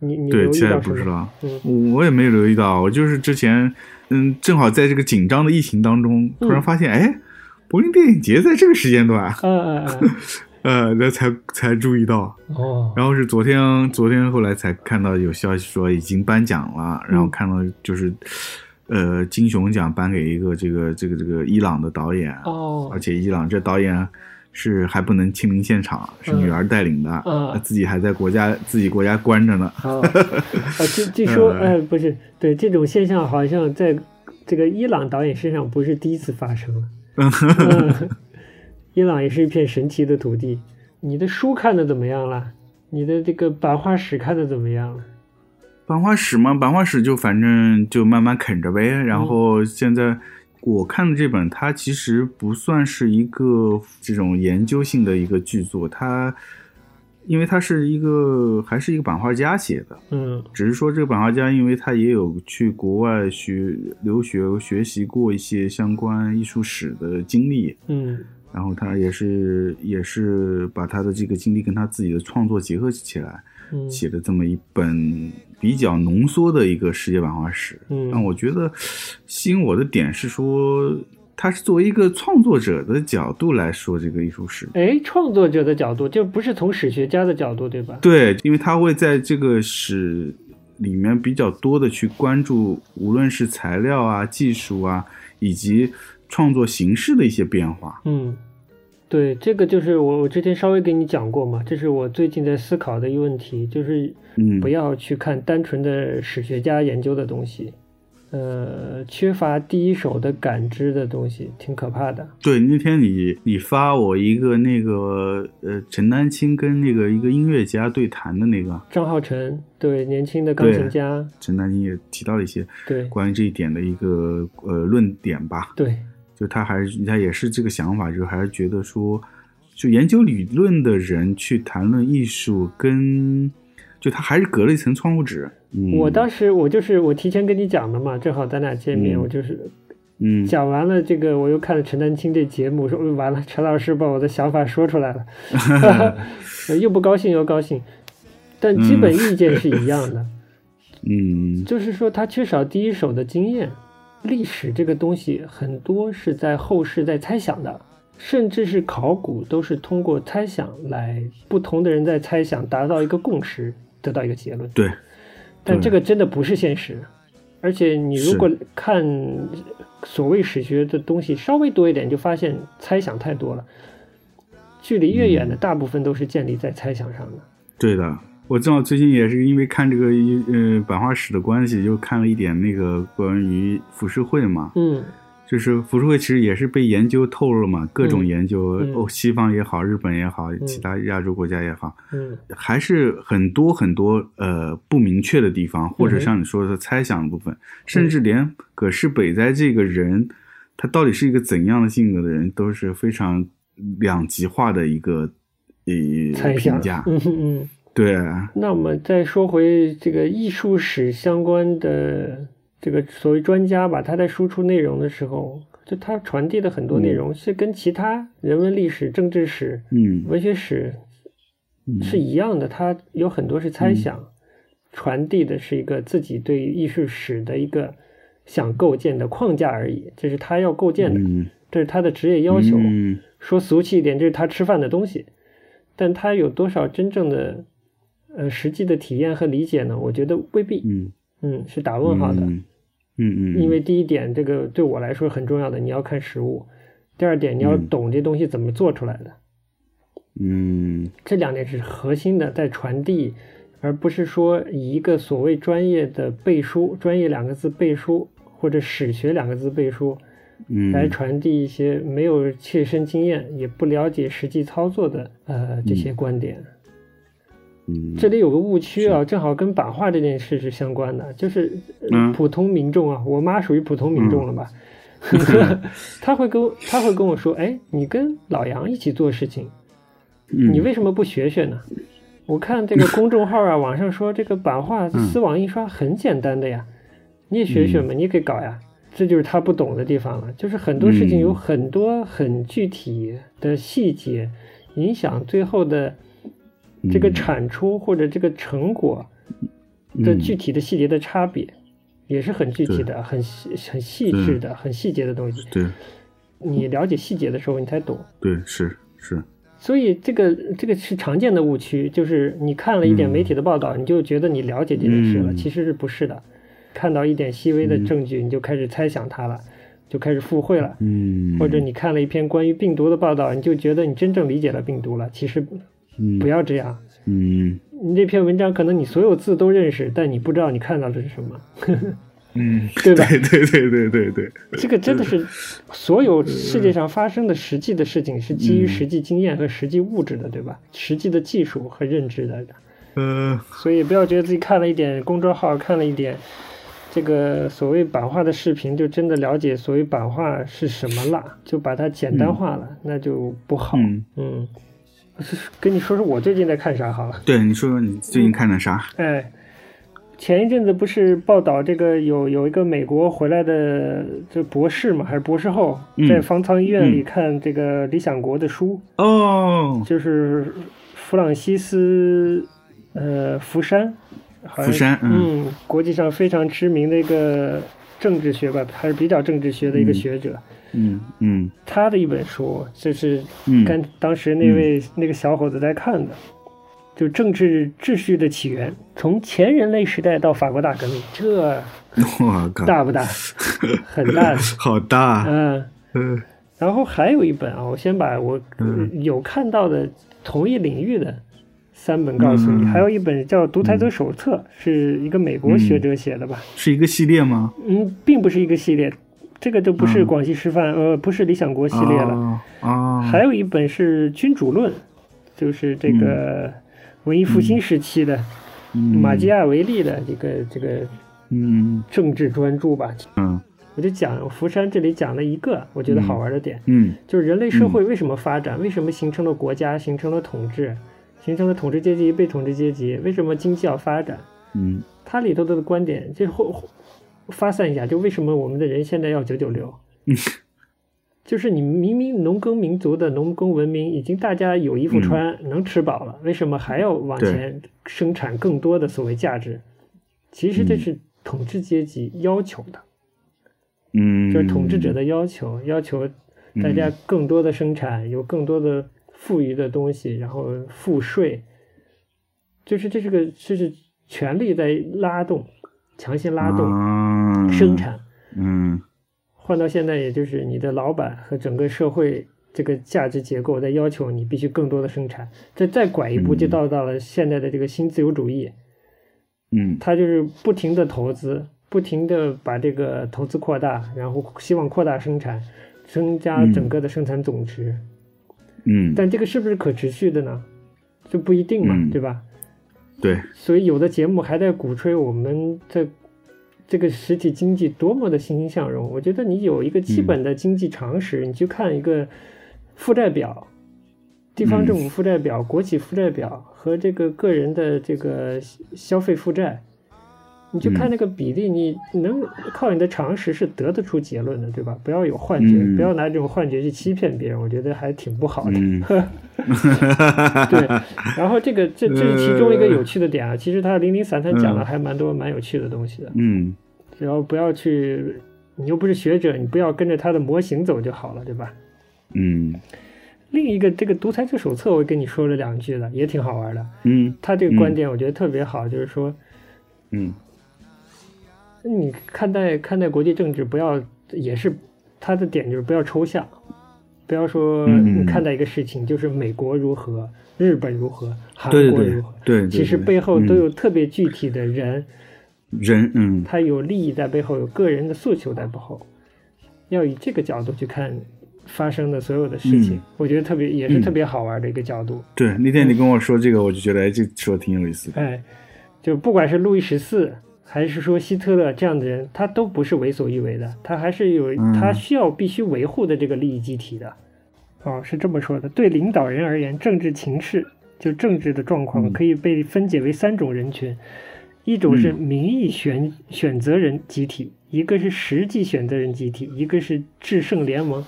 S2: 你你
S1: 嗯对，
S2: 留意
S1: 现在
S2: 到什
S1: 不知
S2: 么？
S1: 道，
S2: 嗯
S1: 我我也没有留意到。我就是之前，嗯，正好在这个紧张的疫情当中，突
S2: 嗯
S1: 然发现，哎，柏林电影节在这个时间段，
S2: 啊啊啊！
S1: 呃，那才才注意到。
S2: 哦，
S1: 然后是昨天，昨天后来才看到有消息说已经颁奖了，
S2: 嗯
S1: 然后看到就是，呃，金熊奖颁给一个这个这个这个伊朗的导演，
S2: 哦
S1: 而，且伊朗这导演是还不能亲临现场，是女儿带领的，
S2: 嗯
S1: 自己还在国家自己国家关着呢。
S2: 啊啊！据据说，哎，不是，对这种现象，好像在这个伊朗导演身上不是第一次发生了。嗯伊朗也是一片神奇的土地。你的书看的怎么样了？你的这个版画史看的怎么样了？
S1: 版画史嘛，版画史就反正就慢慢啃着呗。然后现在我看的这本，它其实不算是一个这种研究性的一个巨作，它因为它是一个还是一个版画家写的，
S2: 嗯
S1: 只是说这个版画家，因为他也有去国外学留学学习过一些相关艺术史的经历，
S2: 嗯
S1: 然后他也是也是把他的这个经历跟他自己的创作结合起来，
S2: 嗯
S1: 写的这么一本比较浓缩的一个世界版画史。
S2: 嗯
S1: 但我觉得吸引我的点是说，他是作为一个创作者的角度来说这个艺术史。
S2: 哎，创作者的角度，就不是从史学家的角度，对吧？
S1: 对，因为他会在这个史里面比较多的去关注，无论是材料啊、技术啊，以及创作形式的一些变化。
S2: 嗯，对，这个就是我我之前稍微给你讲过嘛，这是我最近在思考的一个问题，就是
S1: 嗯，
S2: 不要去看单纯的史学家研究的东西，呃，缺乏第一手的感知的东西，挺可怕的。
S1: 对，那天你你发我一个那个呃陈丹青跟那个一个音乐家对谈的那个，
S2: 张浩辰，对，年轻的钢琴家，
S1: 陈丹青也提到了一些
S2: 对
S1: 关于这一点的一个呃论点吧，
S2: 对，
S1: 就他还是他也是这个想法，就还是觉得说，就研究理论的人去谈论艺术跟，就他还是隔了一层窗户纸。嗯，
S2: 我当时我就是我提前跟你讲的嘛，正好咱俩见面，
S1: 嗯
S2: 我就是
S1: 嗯
S2: 讲完了这个，我又看了陈丹青这节目，说嗯完了，陈老师把我的想法说出 来了， 呃又不高兴又高兴，但基本意见是一样的，
S1: 嗯
S2: 就是说他缺少第一手的经验。历史这个东西很多是在后世在猜想的，甚至是考古都是通过猜想来不同的人在猜想，达到一个共识，得到一个结论。
S1: 对，
S2: 但
S1: 对
S2: 这个真的不是现实，而且你如果看所谓史学的东西稍微多一点，就发现猜想太多了。距离越
S1: 嗯
S2: 远的，大部分都是建立在猜想上的。
S1: 对的，我正好最近也是因为看这个呃版画史的关系，又看了一点那个关于浮世绘嘛。
S2: 嗯。
S1: 就是浮世绘其实也是被研究透了嘛，各种研究，
S2: 嗯嗯
S1: 哦，西方也好，日本也好，其他亚洲国家也好，
S2: 嗯
S1: 还是很多很多呃不明确的地方，或者像你说的猜想的部分，甚至连葛饰北斋这个人，他到底是一个怎样的性格的人，都是非常两极化的一个呃
S2: 猜想
S1: 评价。
S2: 嗯嗯。
S1: 对，
S2: 那我们再说回这个艺术史相关的这个所谓专家吧，他在输出内容的时候，就他传递的很多内容是跟其他人文历史、政治史、
S1: 嗯，
S2: 文学史
S1: 嗯
S2: 是一样的，它有很多是猜想，传递的是一个自己对于艺术史的一个想构建的框架而已，这是他要构建的，
S1: 嗯，
S2: 这是他的职业要求。
S1: 嗯
S2: 说俗气一点，这是他吃饭的东西，但他有多少真正的呃实际的体验和理解呢？我觉得未必，
S1: 嗯，
S2: 嗯，是打问号的。
S1: 嗯嗯嗯，
S2: 因为第一点，这个对我来说很重要的，你要看实物；第二点，你要
S1: 嗯
S2: 懂这东西怎么做出来的。
S1: 嗯
S2: 这两点是核心的，在传递，而不是说以一个所谓专业的背书“专业”两个字背书，或者“史学”两个字背书，
S1: 嗯
S2: 来传递一些没有切身经验，也不了解实际操作的呃这些观点。
S1: 嗯
S2: 这里有个误区啊，正好跟版画这件事是相关的，就是呃
S1: 嗯
S2: 普通民众啊，我妈属于普通民众了吧？
S1: 嗯
S2: 她会跟我，她会跟我说，哎，你跟老杨一起做事情，
S1: 嗯
S2: 你为什么不学学呢？我看这个公众号啊，网上说这个版画
S1: 嗯
S2: 丝网印刷很简单的呀，你也学学嘛，你也可以搞呀。这就是他不懂的地方了，就是很多事情
S1: 嗯
S2: 有很多很具体的细节，影响最后的这个
S1: 嗯
S2: 产出或者这个成果的具体的细节的差别，也是很具体的、很细、很细致的、很细节的东西。
S1: 对
S2: 你了解细节的时候，你才懂。
S1: 对是是
S2: 所以这个这个是常见的误区，就是你看了一点
S1: 嗯
S2: 媒体的报道，你就觉得你了解这件事了，
S1: 嗯
S2: 其实是不是的。看到一点细微的证据，你就开始猜想它了，就开始附会了。
S1: 嗯，
S2: 或者你看了一篇关于病毒的报道，你就觉得你真正理解了病毒了，其实不要这样。
S1: 嗯
S2: 你这篇文章可能你所有字都认识，但你不知道你看到的是什么，
S3: 嗯，
S2: 对吧？
S1: 对对对对对对，
S2: 这个真的是所有世界上发生的实际的事情，是基
S1: 嗯
S2: 于实际经验和实际物质的，对吧？实际的技术和认知的。
S1: 呃
S2: 所以不要觉得自己看了一点公众号，看了一点这个所谓版画的视频，就真的了解所谓版画是什么了，就把它简单化了，那就不好。
S1: 嗯，
S2: 嗯，跟你说说我最近在看啥好了。
S1: 对，你说说你最近看的啥？
S2: 哎，前一阵子不是报道这个有有一个美国回来的这博士嘛，还是博士后，
S1: 嗯
S2: 在方舱医院里
S1: 嗯
S2: 看这个《理想国》的书，
S1: 哦，
S2: 就是弗朗西斯呃福山，好像
S1: 釜山嗯
S2: 嗯国际上非常知名的一个政治学吧，还是比较政治学的一个学者。
S1: 嗯嗯
S2: 他的一本书，就是
S1: 嗯
S2: 跟当时那位、那个小伙子在看的，就《政治秩序的起源：从前人类时代到法国大革命》，这
S1: 我靠，
S2: 大不大？很大的，
S1: 好大，
S2: 嗯。
S1: 呃
S2: 然后还有一本啊，我先把我
S1: 嗯
S2: 有看到的同一领域的三本告诉你，
S1: 嗯
S2: 还有一本叫《独裁者手册》，是一个美国学者写的吧？
S1: 是一个系列吗？
S2: 嗯，并不是一个系列，这个就不是
S1: 嗯
S2: 广西师范，呃，不是理想国系列了。
S1: 啊，
S2: 还有一本是《君主论》，就是这
S1: 嗯
S2: 个文艺复兴时期的、马基亚维利的这个这个
S1: 嗯
S2: 政治专著吧。
S1: 嗯
S2: 我就讲福山这里讲了一个我觉得好玩的点，
S1: 嗯
S2: 就是人类社会为什么发展，为什么形成了国家，形成了统治，形成了统治阶级、被统治阶级，为什么经济要发展？
S1: 嗯
S2: 它里头的观点就是后后发散一下，就为什么我们的人现在要九九六？
S1: 嗯
S2: 就是你明明农耕民族的农耕文明，已经大家有衣服穿、
S1: 嗯
S2: 能吃饱了，为什么还要往前生产更多的所谓价值？其实这是统治阶级要求的，
S1: 嗯，
S2: 就是统治者的要求，要求大家更多的生产，有更多的富余的东西，然后赋税，就是这是个这是权力在拉动。强行拉动、
S1: 啊
S2: 生产，
S1: 嗯
S2: 换到现在，也就是你的老板和整个社会这个价值结构在要求你必须更多的生产。这再拐一步，就到到了现在的这个新自由主义，
S1: 嗯
S2: 它就是不停的投资，不停的把这个投资扩大，然后希望扩大生产，增加整个的生产总值。
S1: 嗯，
S2: 但这个是不是可持续的呢？这不一定嘛，
S1: 嗯
S2: 对吧？
S1: 对，
S2: 所以有的节目还在鼓吹我们这这个实体经济多么的欣欣向荣。我觉得你有一个基本
S1: 嗯
S2: 的经济常识，你去看一个负债表，地方政府负债表、国企负债表和这个个人的这个消消费负债，你去看那个比例，你能靠你的常识是得得出结论的，对吧？不要有幻觉，
S1: 嗯
S2: 不要拿这种幻觉去欺骗别人，我觉得还挺不好的。
S1: 嗯
S2: 对，然后这个这这是其中一个有趣的点啊。其实他零零散散讲了还蛮多蛮有趣的东西的，
S1: 嗯
S2: 只要不要去，你又不是学者，你不要跟着他的模型走就好了，对吧？
S1: 嗯
S2: 另一个这个独裁者手册，我跟你说了两句了，也挺好玩的。
S1: 嗯
S2: 他这个观点我觉得特别好，就是说
S1: 嗯
S2: 你看待看待国际政治，不要也是他的点就是不要抽象。不要说
S1: 嗯嗯
S2: 你看待一个事情，就是美国如何、日本如何、韩
S1: 对
S2: 国
S1: 对
S2: 如
S1: 对
S2: 何，
S1: 对对，
S2: 其实
S1: 对
S2: 背后都
S1: 嗯
S2: 有特别具体的人，
S1: 人，嗯
S2: 他有利益在背后，有个人的诉求在背后，要以这个角度去看发生的所有的事情，
S1: 嗯
S2: 我觉得特别也是
S1: 嗯
S2: 特别好玩的一个角度。
S1: 对，那天你跟我说这个，我就觉得哎，这说的挺有意思的，
S2: 哎，就不管是路易十四还是说希特勒这样的人，他都不是为所欲为的，他还是有
S1: 嗯
S2: 他需要必须维护的这个利益集体的。哦，是这么说的。对领导人而言，政治情势就政治的状况
S1: 嗯
S2: 可以被分解为三种人群，一种是
S1: 嗯
S2: 民意选、选择人集体，一个是实际选择人集体，一个是制胜联盟。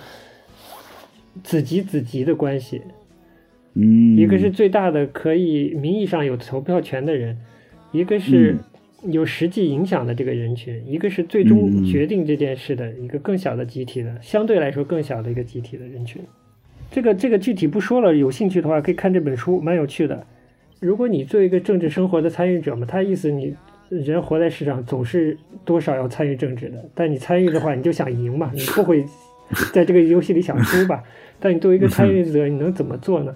S2: 子集子集的关系，
S1: 嗯，
S2: 一个是最大的可以名义上有投票权的人，一个
S1: 嗯
S2: 是有实际影响的这个人群，一个是最终
S1: 嗯
S2: 决定这件事的一个更小的集体的，相对来说更小的一个集体的人群。这个这个具体不说了，有兴趣的话可以看这本书，蛮有趣的。如果你作为一个政治生活的参与者嘛，他意思你人活在世上总是多少要参与政治的，但你参与的话，你就想 赢嘛，你不会在这个游戏里想输吧？但你作为一个参与者，你能怎么做呢？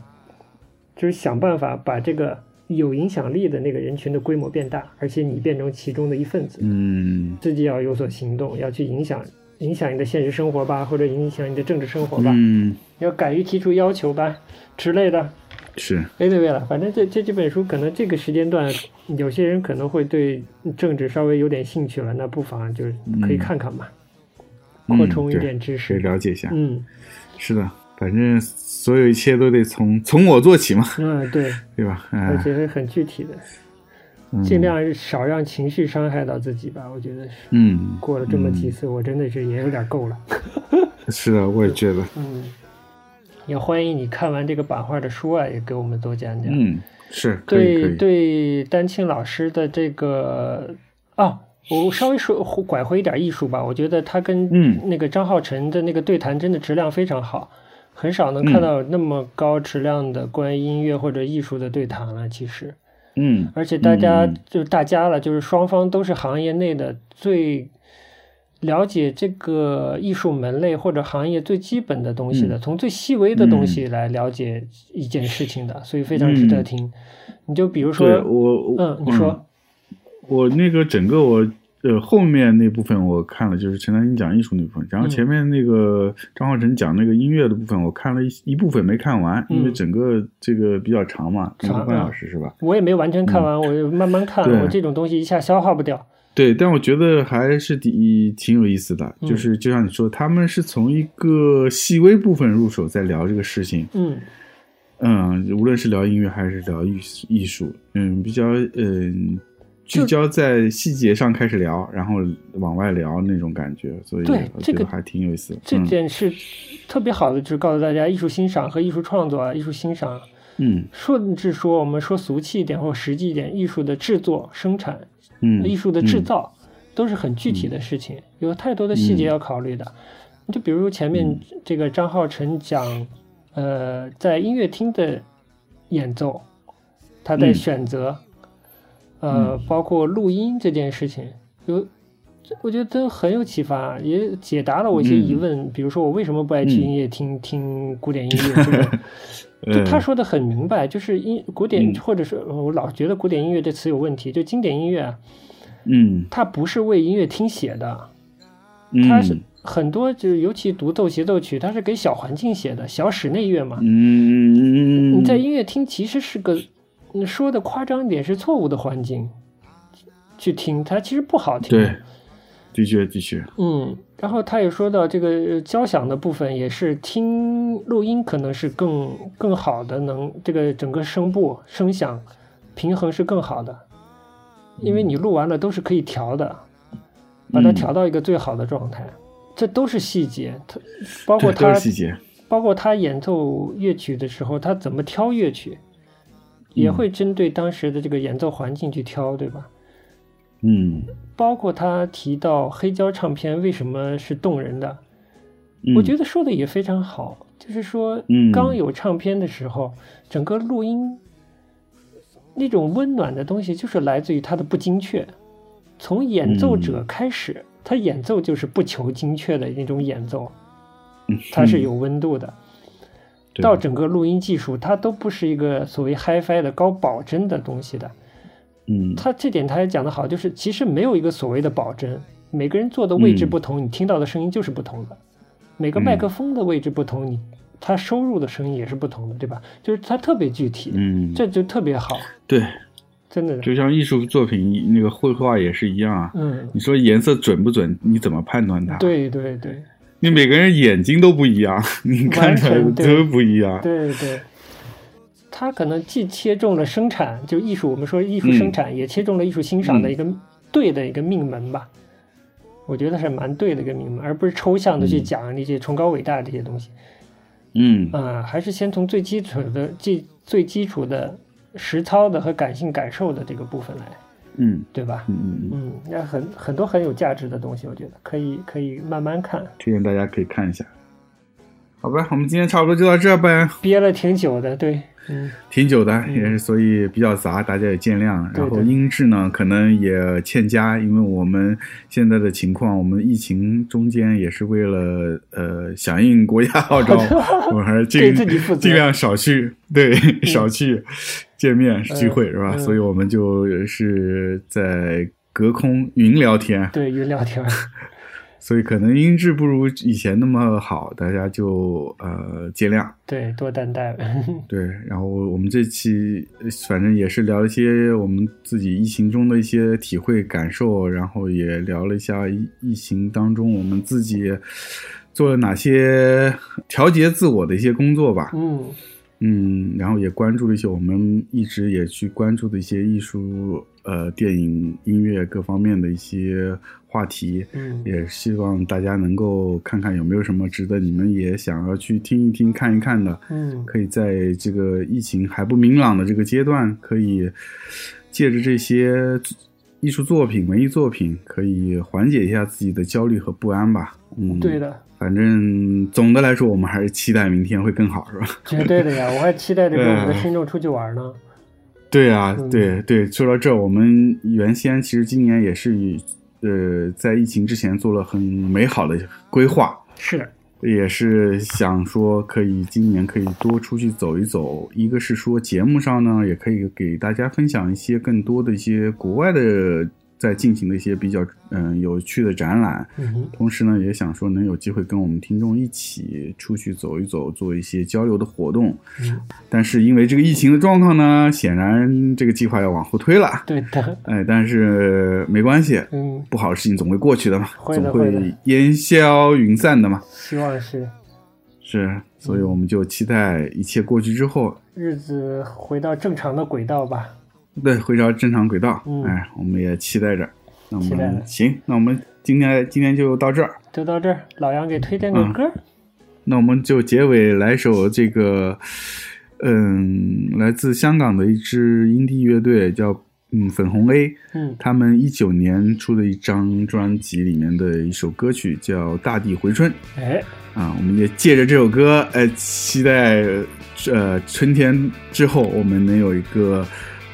S2: 就是想办法把这个有影响力的那个人群的规模变大，而且你变成其中的一份子，
S1: 嗯
S2: 自己要有所行动，要去影响影响你的现实生活吧，或者影响你的政治生活吧，
S1: 嗯
S2: 要敢于提出要求吧之类的。
S1: 是
S2: 哎，对对了，反正这这几本书可能这个时间段，有些人可能会对政治稍微有点兴趣了，那不妨就是可以
S1: 嗯
S2: 看看嘛，
S1: 嗯
S2: 扩充一
S1: 对
S2: 点知
S1: 可以
S2: 识。
S1: 了解一下，
S2: 嗯
S1: 是的，反正所有一切都得从从我做起嘛，
S2: 嗯，对，
S1: 对吧？
S2: 而
S1: 哎，
S2: 且是很具体的，
S1: 嗯
S2: 尽量少让情绪伤害到自己吧，我觉得是。
S1: 嗯，
S2: 过了这么几次，我真的是也有点够了。
S1: 是的，我也觉得，
S2: 嗯，也欢迎你看完这个版画的书啊，也给我们多讲讲。
S1: 嗯，是可以可
S2: 对
S1: 以，
S2: 对，丹青老师的这个啊，我稍微说拐回一点艺术吧，我觉得他
S1: 嗯
S2: 跟那个张浩辰的那个对谈真的质量非常好，很少能
S1: 嗯
S2: 看到那么高质量的关于音乐或者艺术的对谈了。其实，
S1: 嗯
S2: 而且大家
S1: 嗯
S2: 就大家了，就是双方都是行业内的最了解这个艺术门类或者行业最基本的东西
S1: 嗯
S2: 的，从最细微的东西来了解一件事情的，所以非常值得听。你就比如
S1: 嗯对
S2: 说，
S1: 我我
S2: 嗯，你说，
S1: 我那个整个我呃后面那部分我看了，就是陈丹青讲艺术那部分，然后
S2: 嗯
S1: 前面那个张浩晨讲那个音乐的部分，我看了一一部分没看完，因为
S2: 嗯
S1: 整个这个比较长嘛，一
S2: 长
S1: 个半
S2: 啊
S1: 小时是吧？
S2: 我也没完全看完，我就慢慢看，
S1: 嗯对
S2: 我这种东西一下消化不掉。
S1: 对，但我觉得还是挺挺有意思的，
S2: 嗯
S1: 就是就像你说，他们是从一个细微部分入手在聊这个事情，
S2: 嗯
S1: 嗯，无论是聊音乐还是聊艺术艺术，嗯，比较嗯
S2: 就
S1: 聚焦在细节上开始聊，然后往外聊那种感觉，所以
S2: 对
S1: 我
S2: 这
S1: 觉
S2: 个
S1: 得还挺有意思嗯的。
S2: 这件事特别好的，就是告诉大家艺术欣赏和艺术创作啊，艺术欣赏
S1: 嗯
S2: 甚至说我们说俗气一点或实际一点，艺术的制作、生产、
S1: 嗯嗯
S2: 艺术的制造，都是很具体的事情，有太多的细节要考虑的。你就比如前面
S1: 嗯
S2: 这个张浩晨讲，呃，在音乐厅的演奏，他在
S1: 嗯
S2: 选择，呃，包括录音这件事情，有，我觉得都很有启发，也解答了我一些
S1: 嗯
S2: 疑问。比如说，我为什么不爱听音乐，听听古典音乐？这 个
S1: 嗯
S2: 就他说的很明白，就是音古典，或者是呃我老觉得古典音乐这词有问题，就经典音乐，啊
S1: 嗯
S2: 它不是为音乐厅写的，
S1: 嗯，
S2: 它是很多就是尤其独奏协奏曲，它是给小环境写的，小室内乐嘛。
S1: 嗯，
S2: 你在音乐厅其实是个，你说的夸张一点是错误的环境，去听它其实不好听。
S1: 对，的确的确，
S2: 嗯，然后他也说到这个呃交响的部分，也是听录音可能是更更好的能，这个整个声部声响平衡是更好的，因为你录完了都是可以调的，把它
S1: 嗯
S2: 调到一个最好的状态，这都是细节。他包括
S1: 对都
S2: 他
S1: 是细节，
S2: 包括他演奏乐曲的时候，他怎么挑乐曲，也会针对当时的这个演奏环境去挑，对吧？
S1: 嗯，
S2: 包括他提到黑胶唱片为什么是动人的，
S1: 嗯
S2: 我觉得说的也非常好，就是说
S1: 嗯，
S2: 刚有唱片的时候，整个录音那种温暖的东西，就是来自于它的不精确。从演奏
S1: 嗯
S2: 者开始，他演奏就是不求精确的那种演奏，它是有温度的。
S1: 嗯对
S2: 到整个录音技术，它都不是一个所谓 HiFi 的高保真的东西的。
S1: 嗯
S2: 他这点他也讲得好，就是其实没有一个所谓的保真，每个人坐的位置
S1: 嗯
S2: 不同，你听到的声音就是不同的。每个麦克风的位置不同，你它收入的声音也是不同的，对吧？就是它特别具体，
S1: 嗯，
S2: 这就特别好，
S1: 对，
S2: 真的。
S1: 就像艺术作品那个绘画也是一样啊。
S2: 嗯，
S1: 你说颜色准不准？你怎么判断它？，
S2: 对对对
S1: 你每个人眼睛都不一样，你看出来的
S2: 完全对
S1: 都不一样。
S2: 对对，它可能既切中了生产，就艺术，我们说艺术生产，也切中了艺术欣赏的一个对的一个命门吧。我觉得是蛮对的一个命门，而不是抽象的去讲那些崇高伟大这些东西。
S1: 嗯
S2: 啊，还是先从最基础的、最最基础的实操的和感性感受的这个部分来，
S1: 嗯
S2: 对吧
S1: 嗯？嗯，嗯，
S2: 嗯，那很很多很有价值的东西，我觉得可以可以慢慢看。
S1: 推荐大家可以看一下。好吧，我们今天差不多就到这呗，
S2: 憋了挺久的，对，嗯，
S1: 挺久的，也是所以比较杂，大家也见谅。
S2: 对
S1: 然后
S2: 对
S1: 音质呢，可能也欠佳，因为我们现在的情况，我们疫情中间也是为了呃响应国家号 召，我们还是尽
S2: 对自己负责
S1: 尽量少去，对，少去见面聚会是吧？
S2: 嗯
S1: 所以我们就是在隔空云聊天，
S2: 对，云聊天儿，
S1: 所以可能音质不如以前那么好，大家就呃见谅。
S2: 对，多担待。
S1: 对，然后我们这期呃反正也是聊一些我们自己疫情中的一些体会感受，然后也聊了一下疫疫情当中我们自己做了哪些调节自我的一些工作吧。
S2: 嗯，
S1: 嗯，然后也关注了一些我们一直也去关注的一些艺术、呃电影、音乐各方面的一些话题。
S2: 嗯
S1: 也希望大家能够看看有没有什么值得你们也想要去听一听、看一看的，
S2: 嗯，
S1: 可以在这个疫情还不明朗的这个阶段，可以借着这些艺术作品、文艺作品，可以缓解一下自己的焦虑和不安吧。嗯，
S2: 对，的，
S1: 反正总的来说，我们还是期待明天会更好，是吧？
S2: 绝对的呀！我还期待着跟我们的
S1: 嗯
S2: 听众出去玩 呢。
S1: 对啊，
S2: 嗯
S1: 对对，说到这儿，我们原先其实今年也是以呃，在疫情之前做了很美好的规划，
S2: 是，
S1: 也是想说可以今年可以多出去走一走。一个是说节目上呢，也可以给大家分享一些更多的一些国外的在进行的一些比较嗯、有趣的展览，
S2: 嗯哼，
S1: 同时呢，也想说能有机会跟我们听众一起出去走一走，做一些交流的活动。
S2: 嗯
S1: 但是因为这个疫情的状况呢，显然这个计划要往后推了。
S2: 对的，
S1: 哎，但是没关系，
S2: 嗯，
S1: 不好的事情总会过去的嘛，
S2: 会的
S1: 总
S2: 会
S1: 会
S2: 的
S1: 烟消云散的嘛。
S2: 希望是
S1: 是，所
S2: 嗯
S1: 以我们就期待一切过去之后，
S2: 日子回到正常的轨道吧。
S1: 对，回到正常轨道。
S2: 嗯
S1: 哎，我们也期待着。那我
S2: 期待
S1: 们
S2: 着
S1: 行，那我们今天今天就到这儿。
S2: 就到这儿，老杨给推荐
S1: 嗯
S2: 个歌儿，
S1: 那我们就结尾来首这个，嗯，来自香港的一支音地乐队叫嗯粉红 A，
S2: 嗯
S1: 他们一九年出的一张专辑里面的一首歌曲叫《大地回春》
S2: 哎，
S1: 啊，我们也借着这首歌，呃，期待呃春天之后我们能有一个、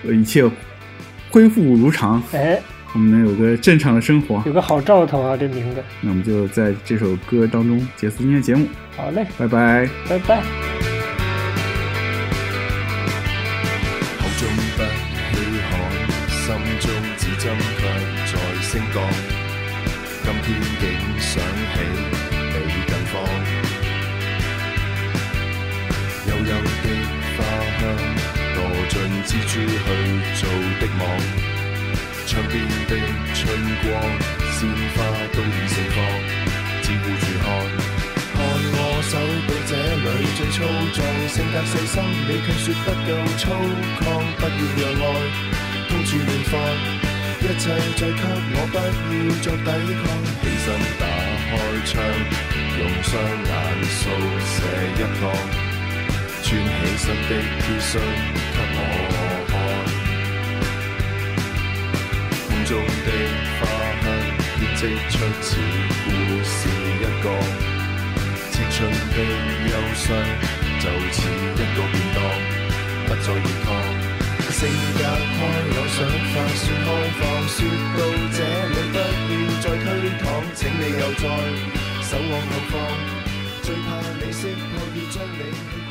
S1: 呃一切恢复如常，
S2: 哎，
S3: 我们能有个正常的生活，
S2: 有个好兆头啊！这名字。
S3: 那我们就在这首歌当中结束今天节目。
S2: 好嘞，
S3: 拜拜，
S2: 拜拜。
S4: 心中指針卻在升降，今天竟想起你近況。幽幽的花香墮進蜘蛛去做的網，窗邊的春光，鮮花都已盛放，只顧住看。看我手臂這裏最粗壯，性格細心，你卻說不夠粗犷，不要讓愛。封住亂放，一切再給我，不要再抵抗。起身打開窗，用雙眼掃射一浪，穿起身的 T 恤給我看。空中的花香編織出似故事一個，青春的憂傷就似一個便當，不再熱燙。性格開朗，想法説開放，説到這裏不要再推搪，請你又再手往後放，最怕你識破要將你。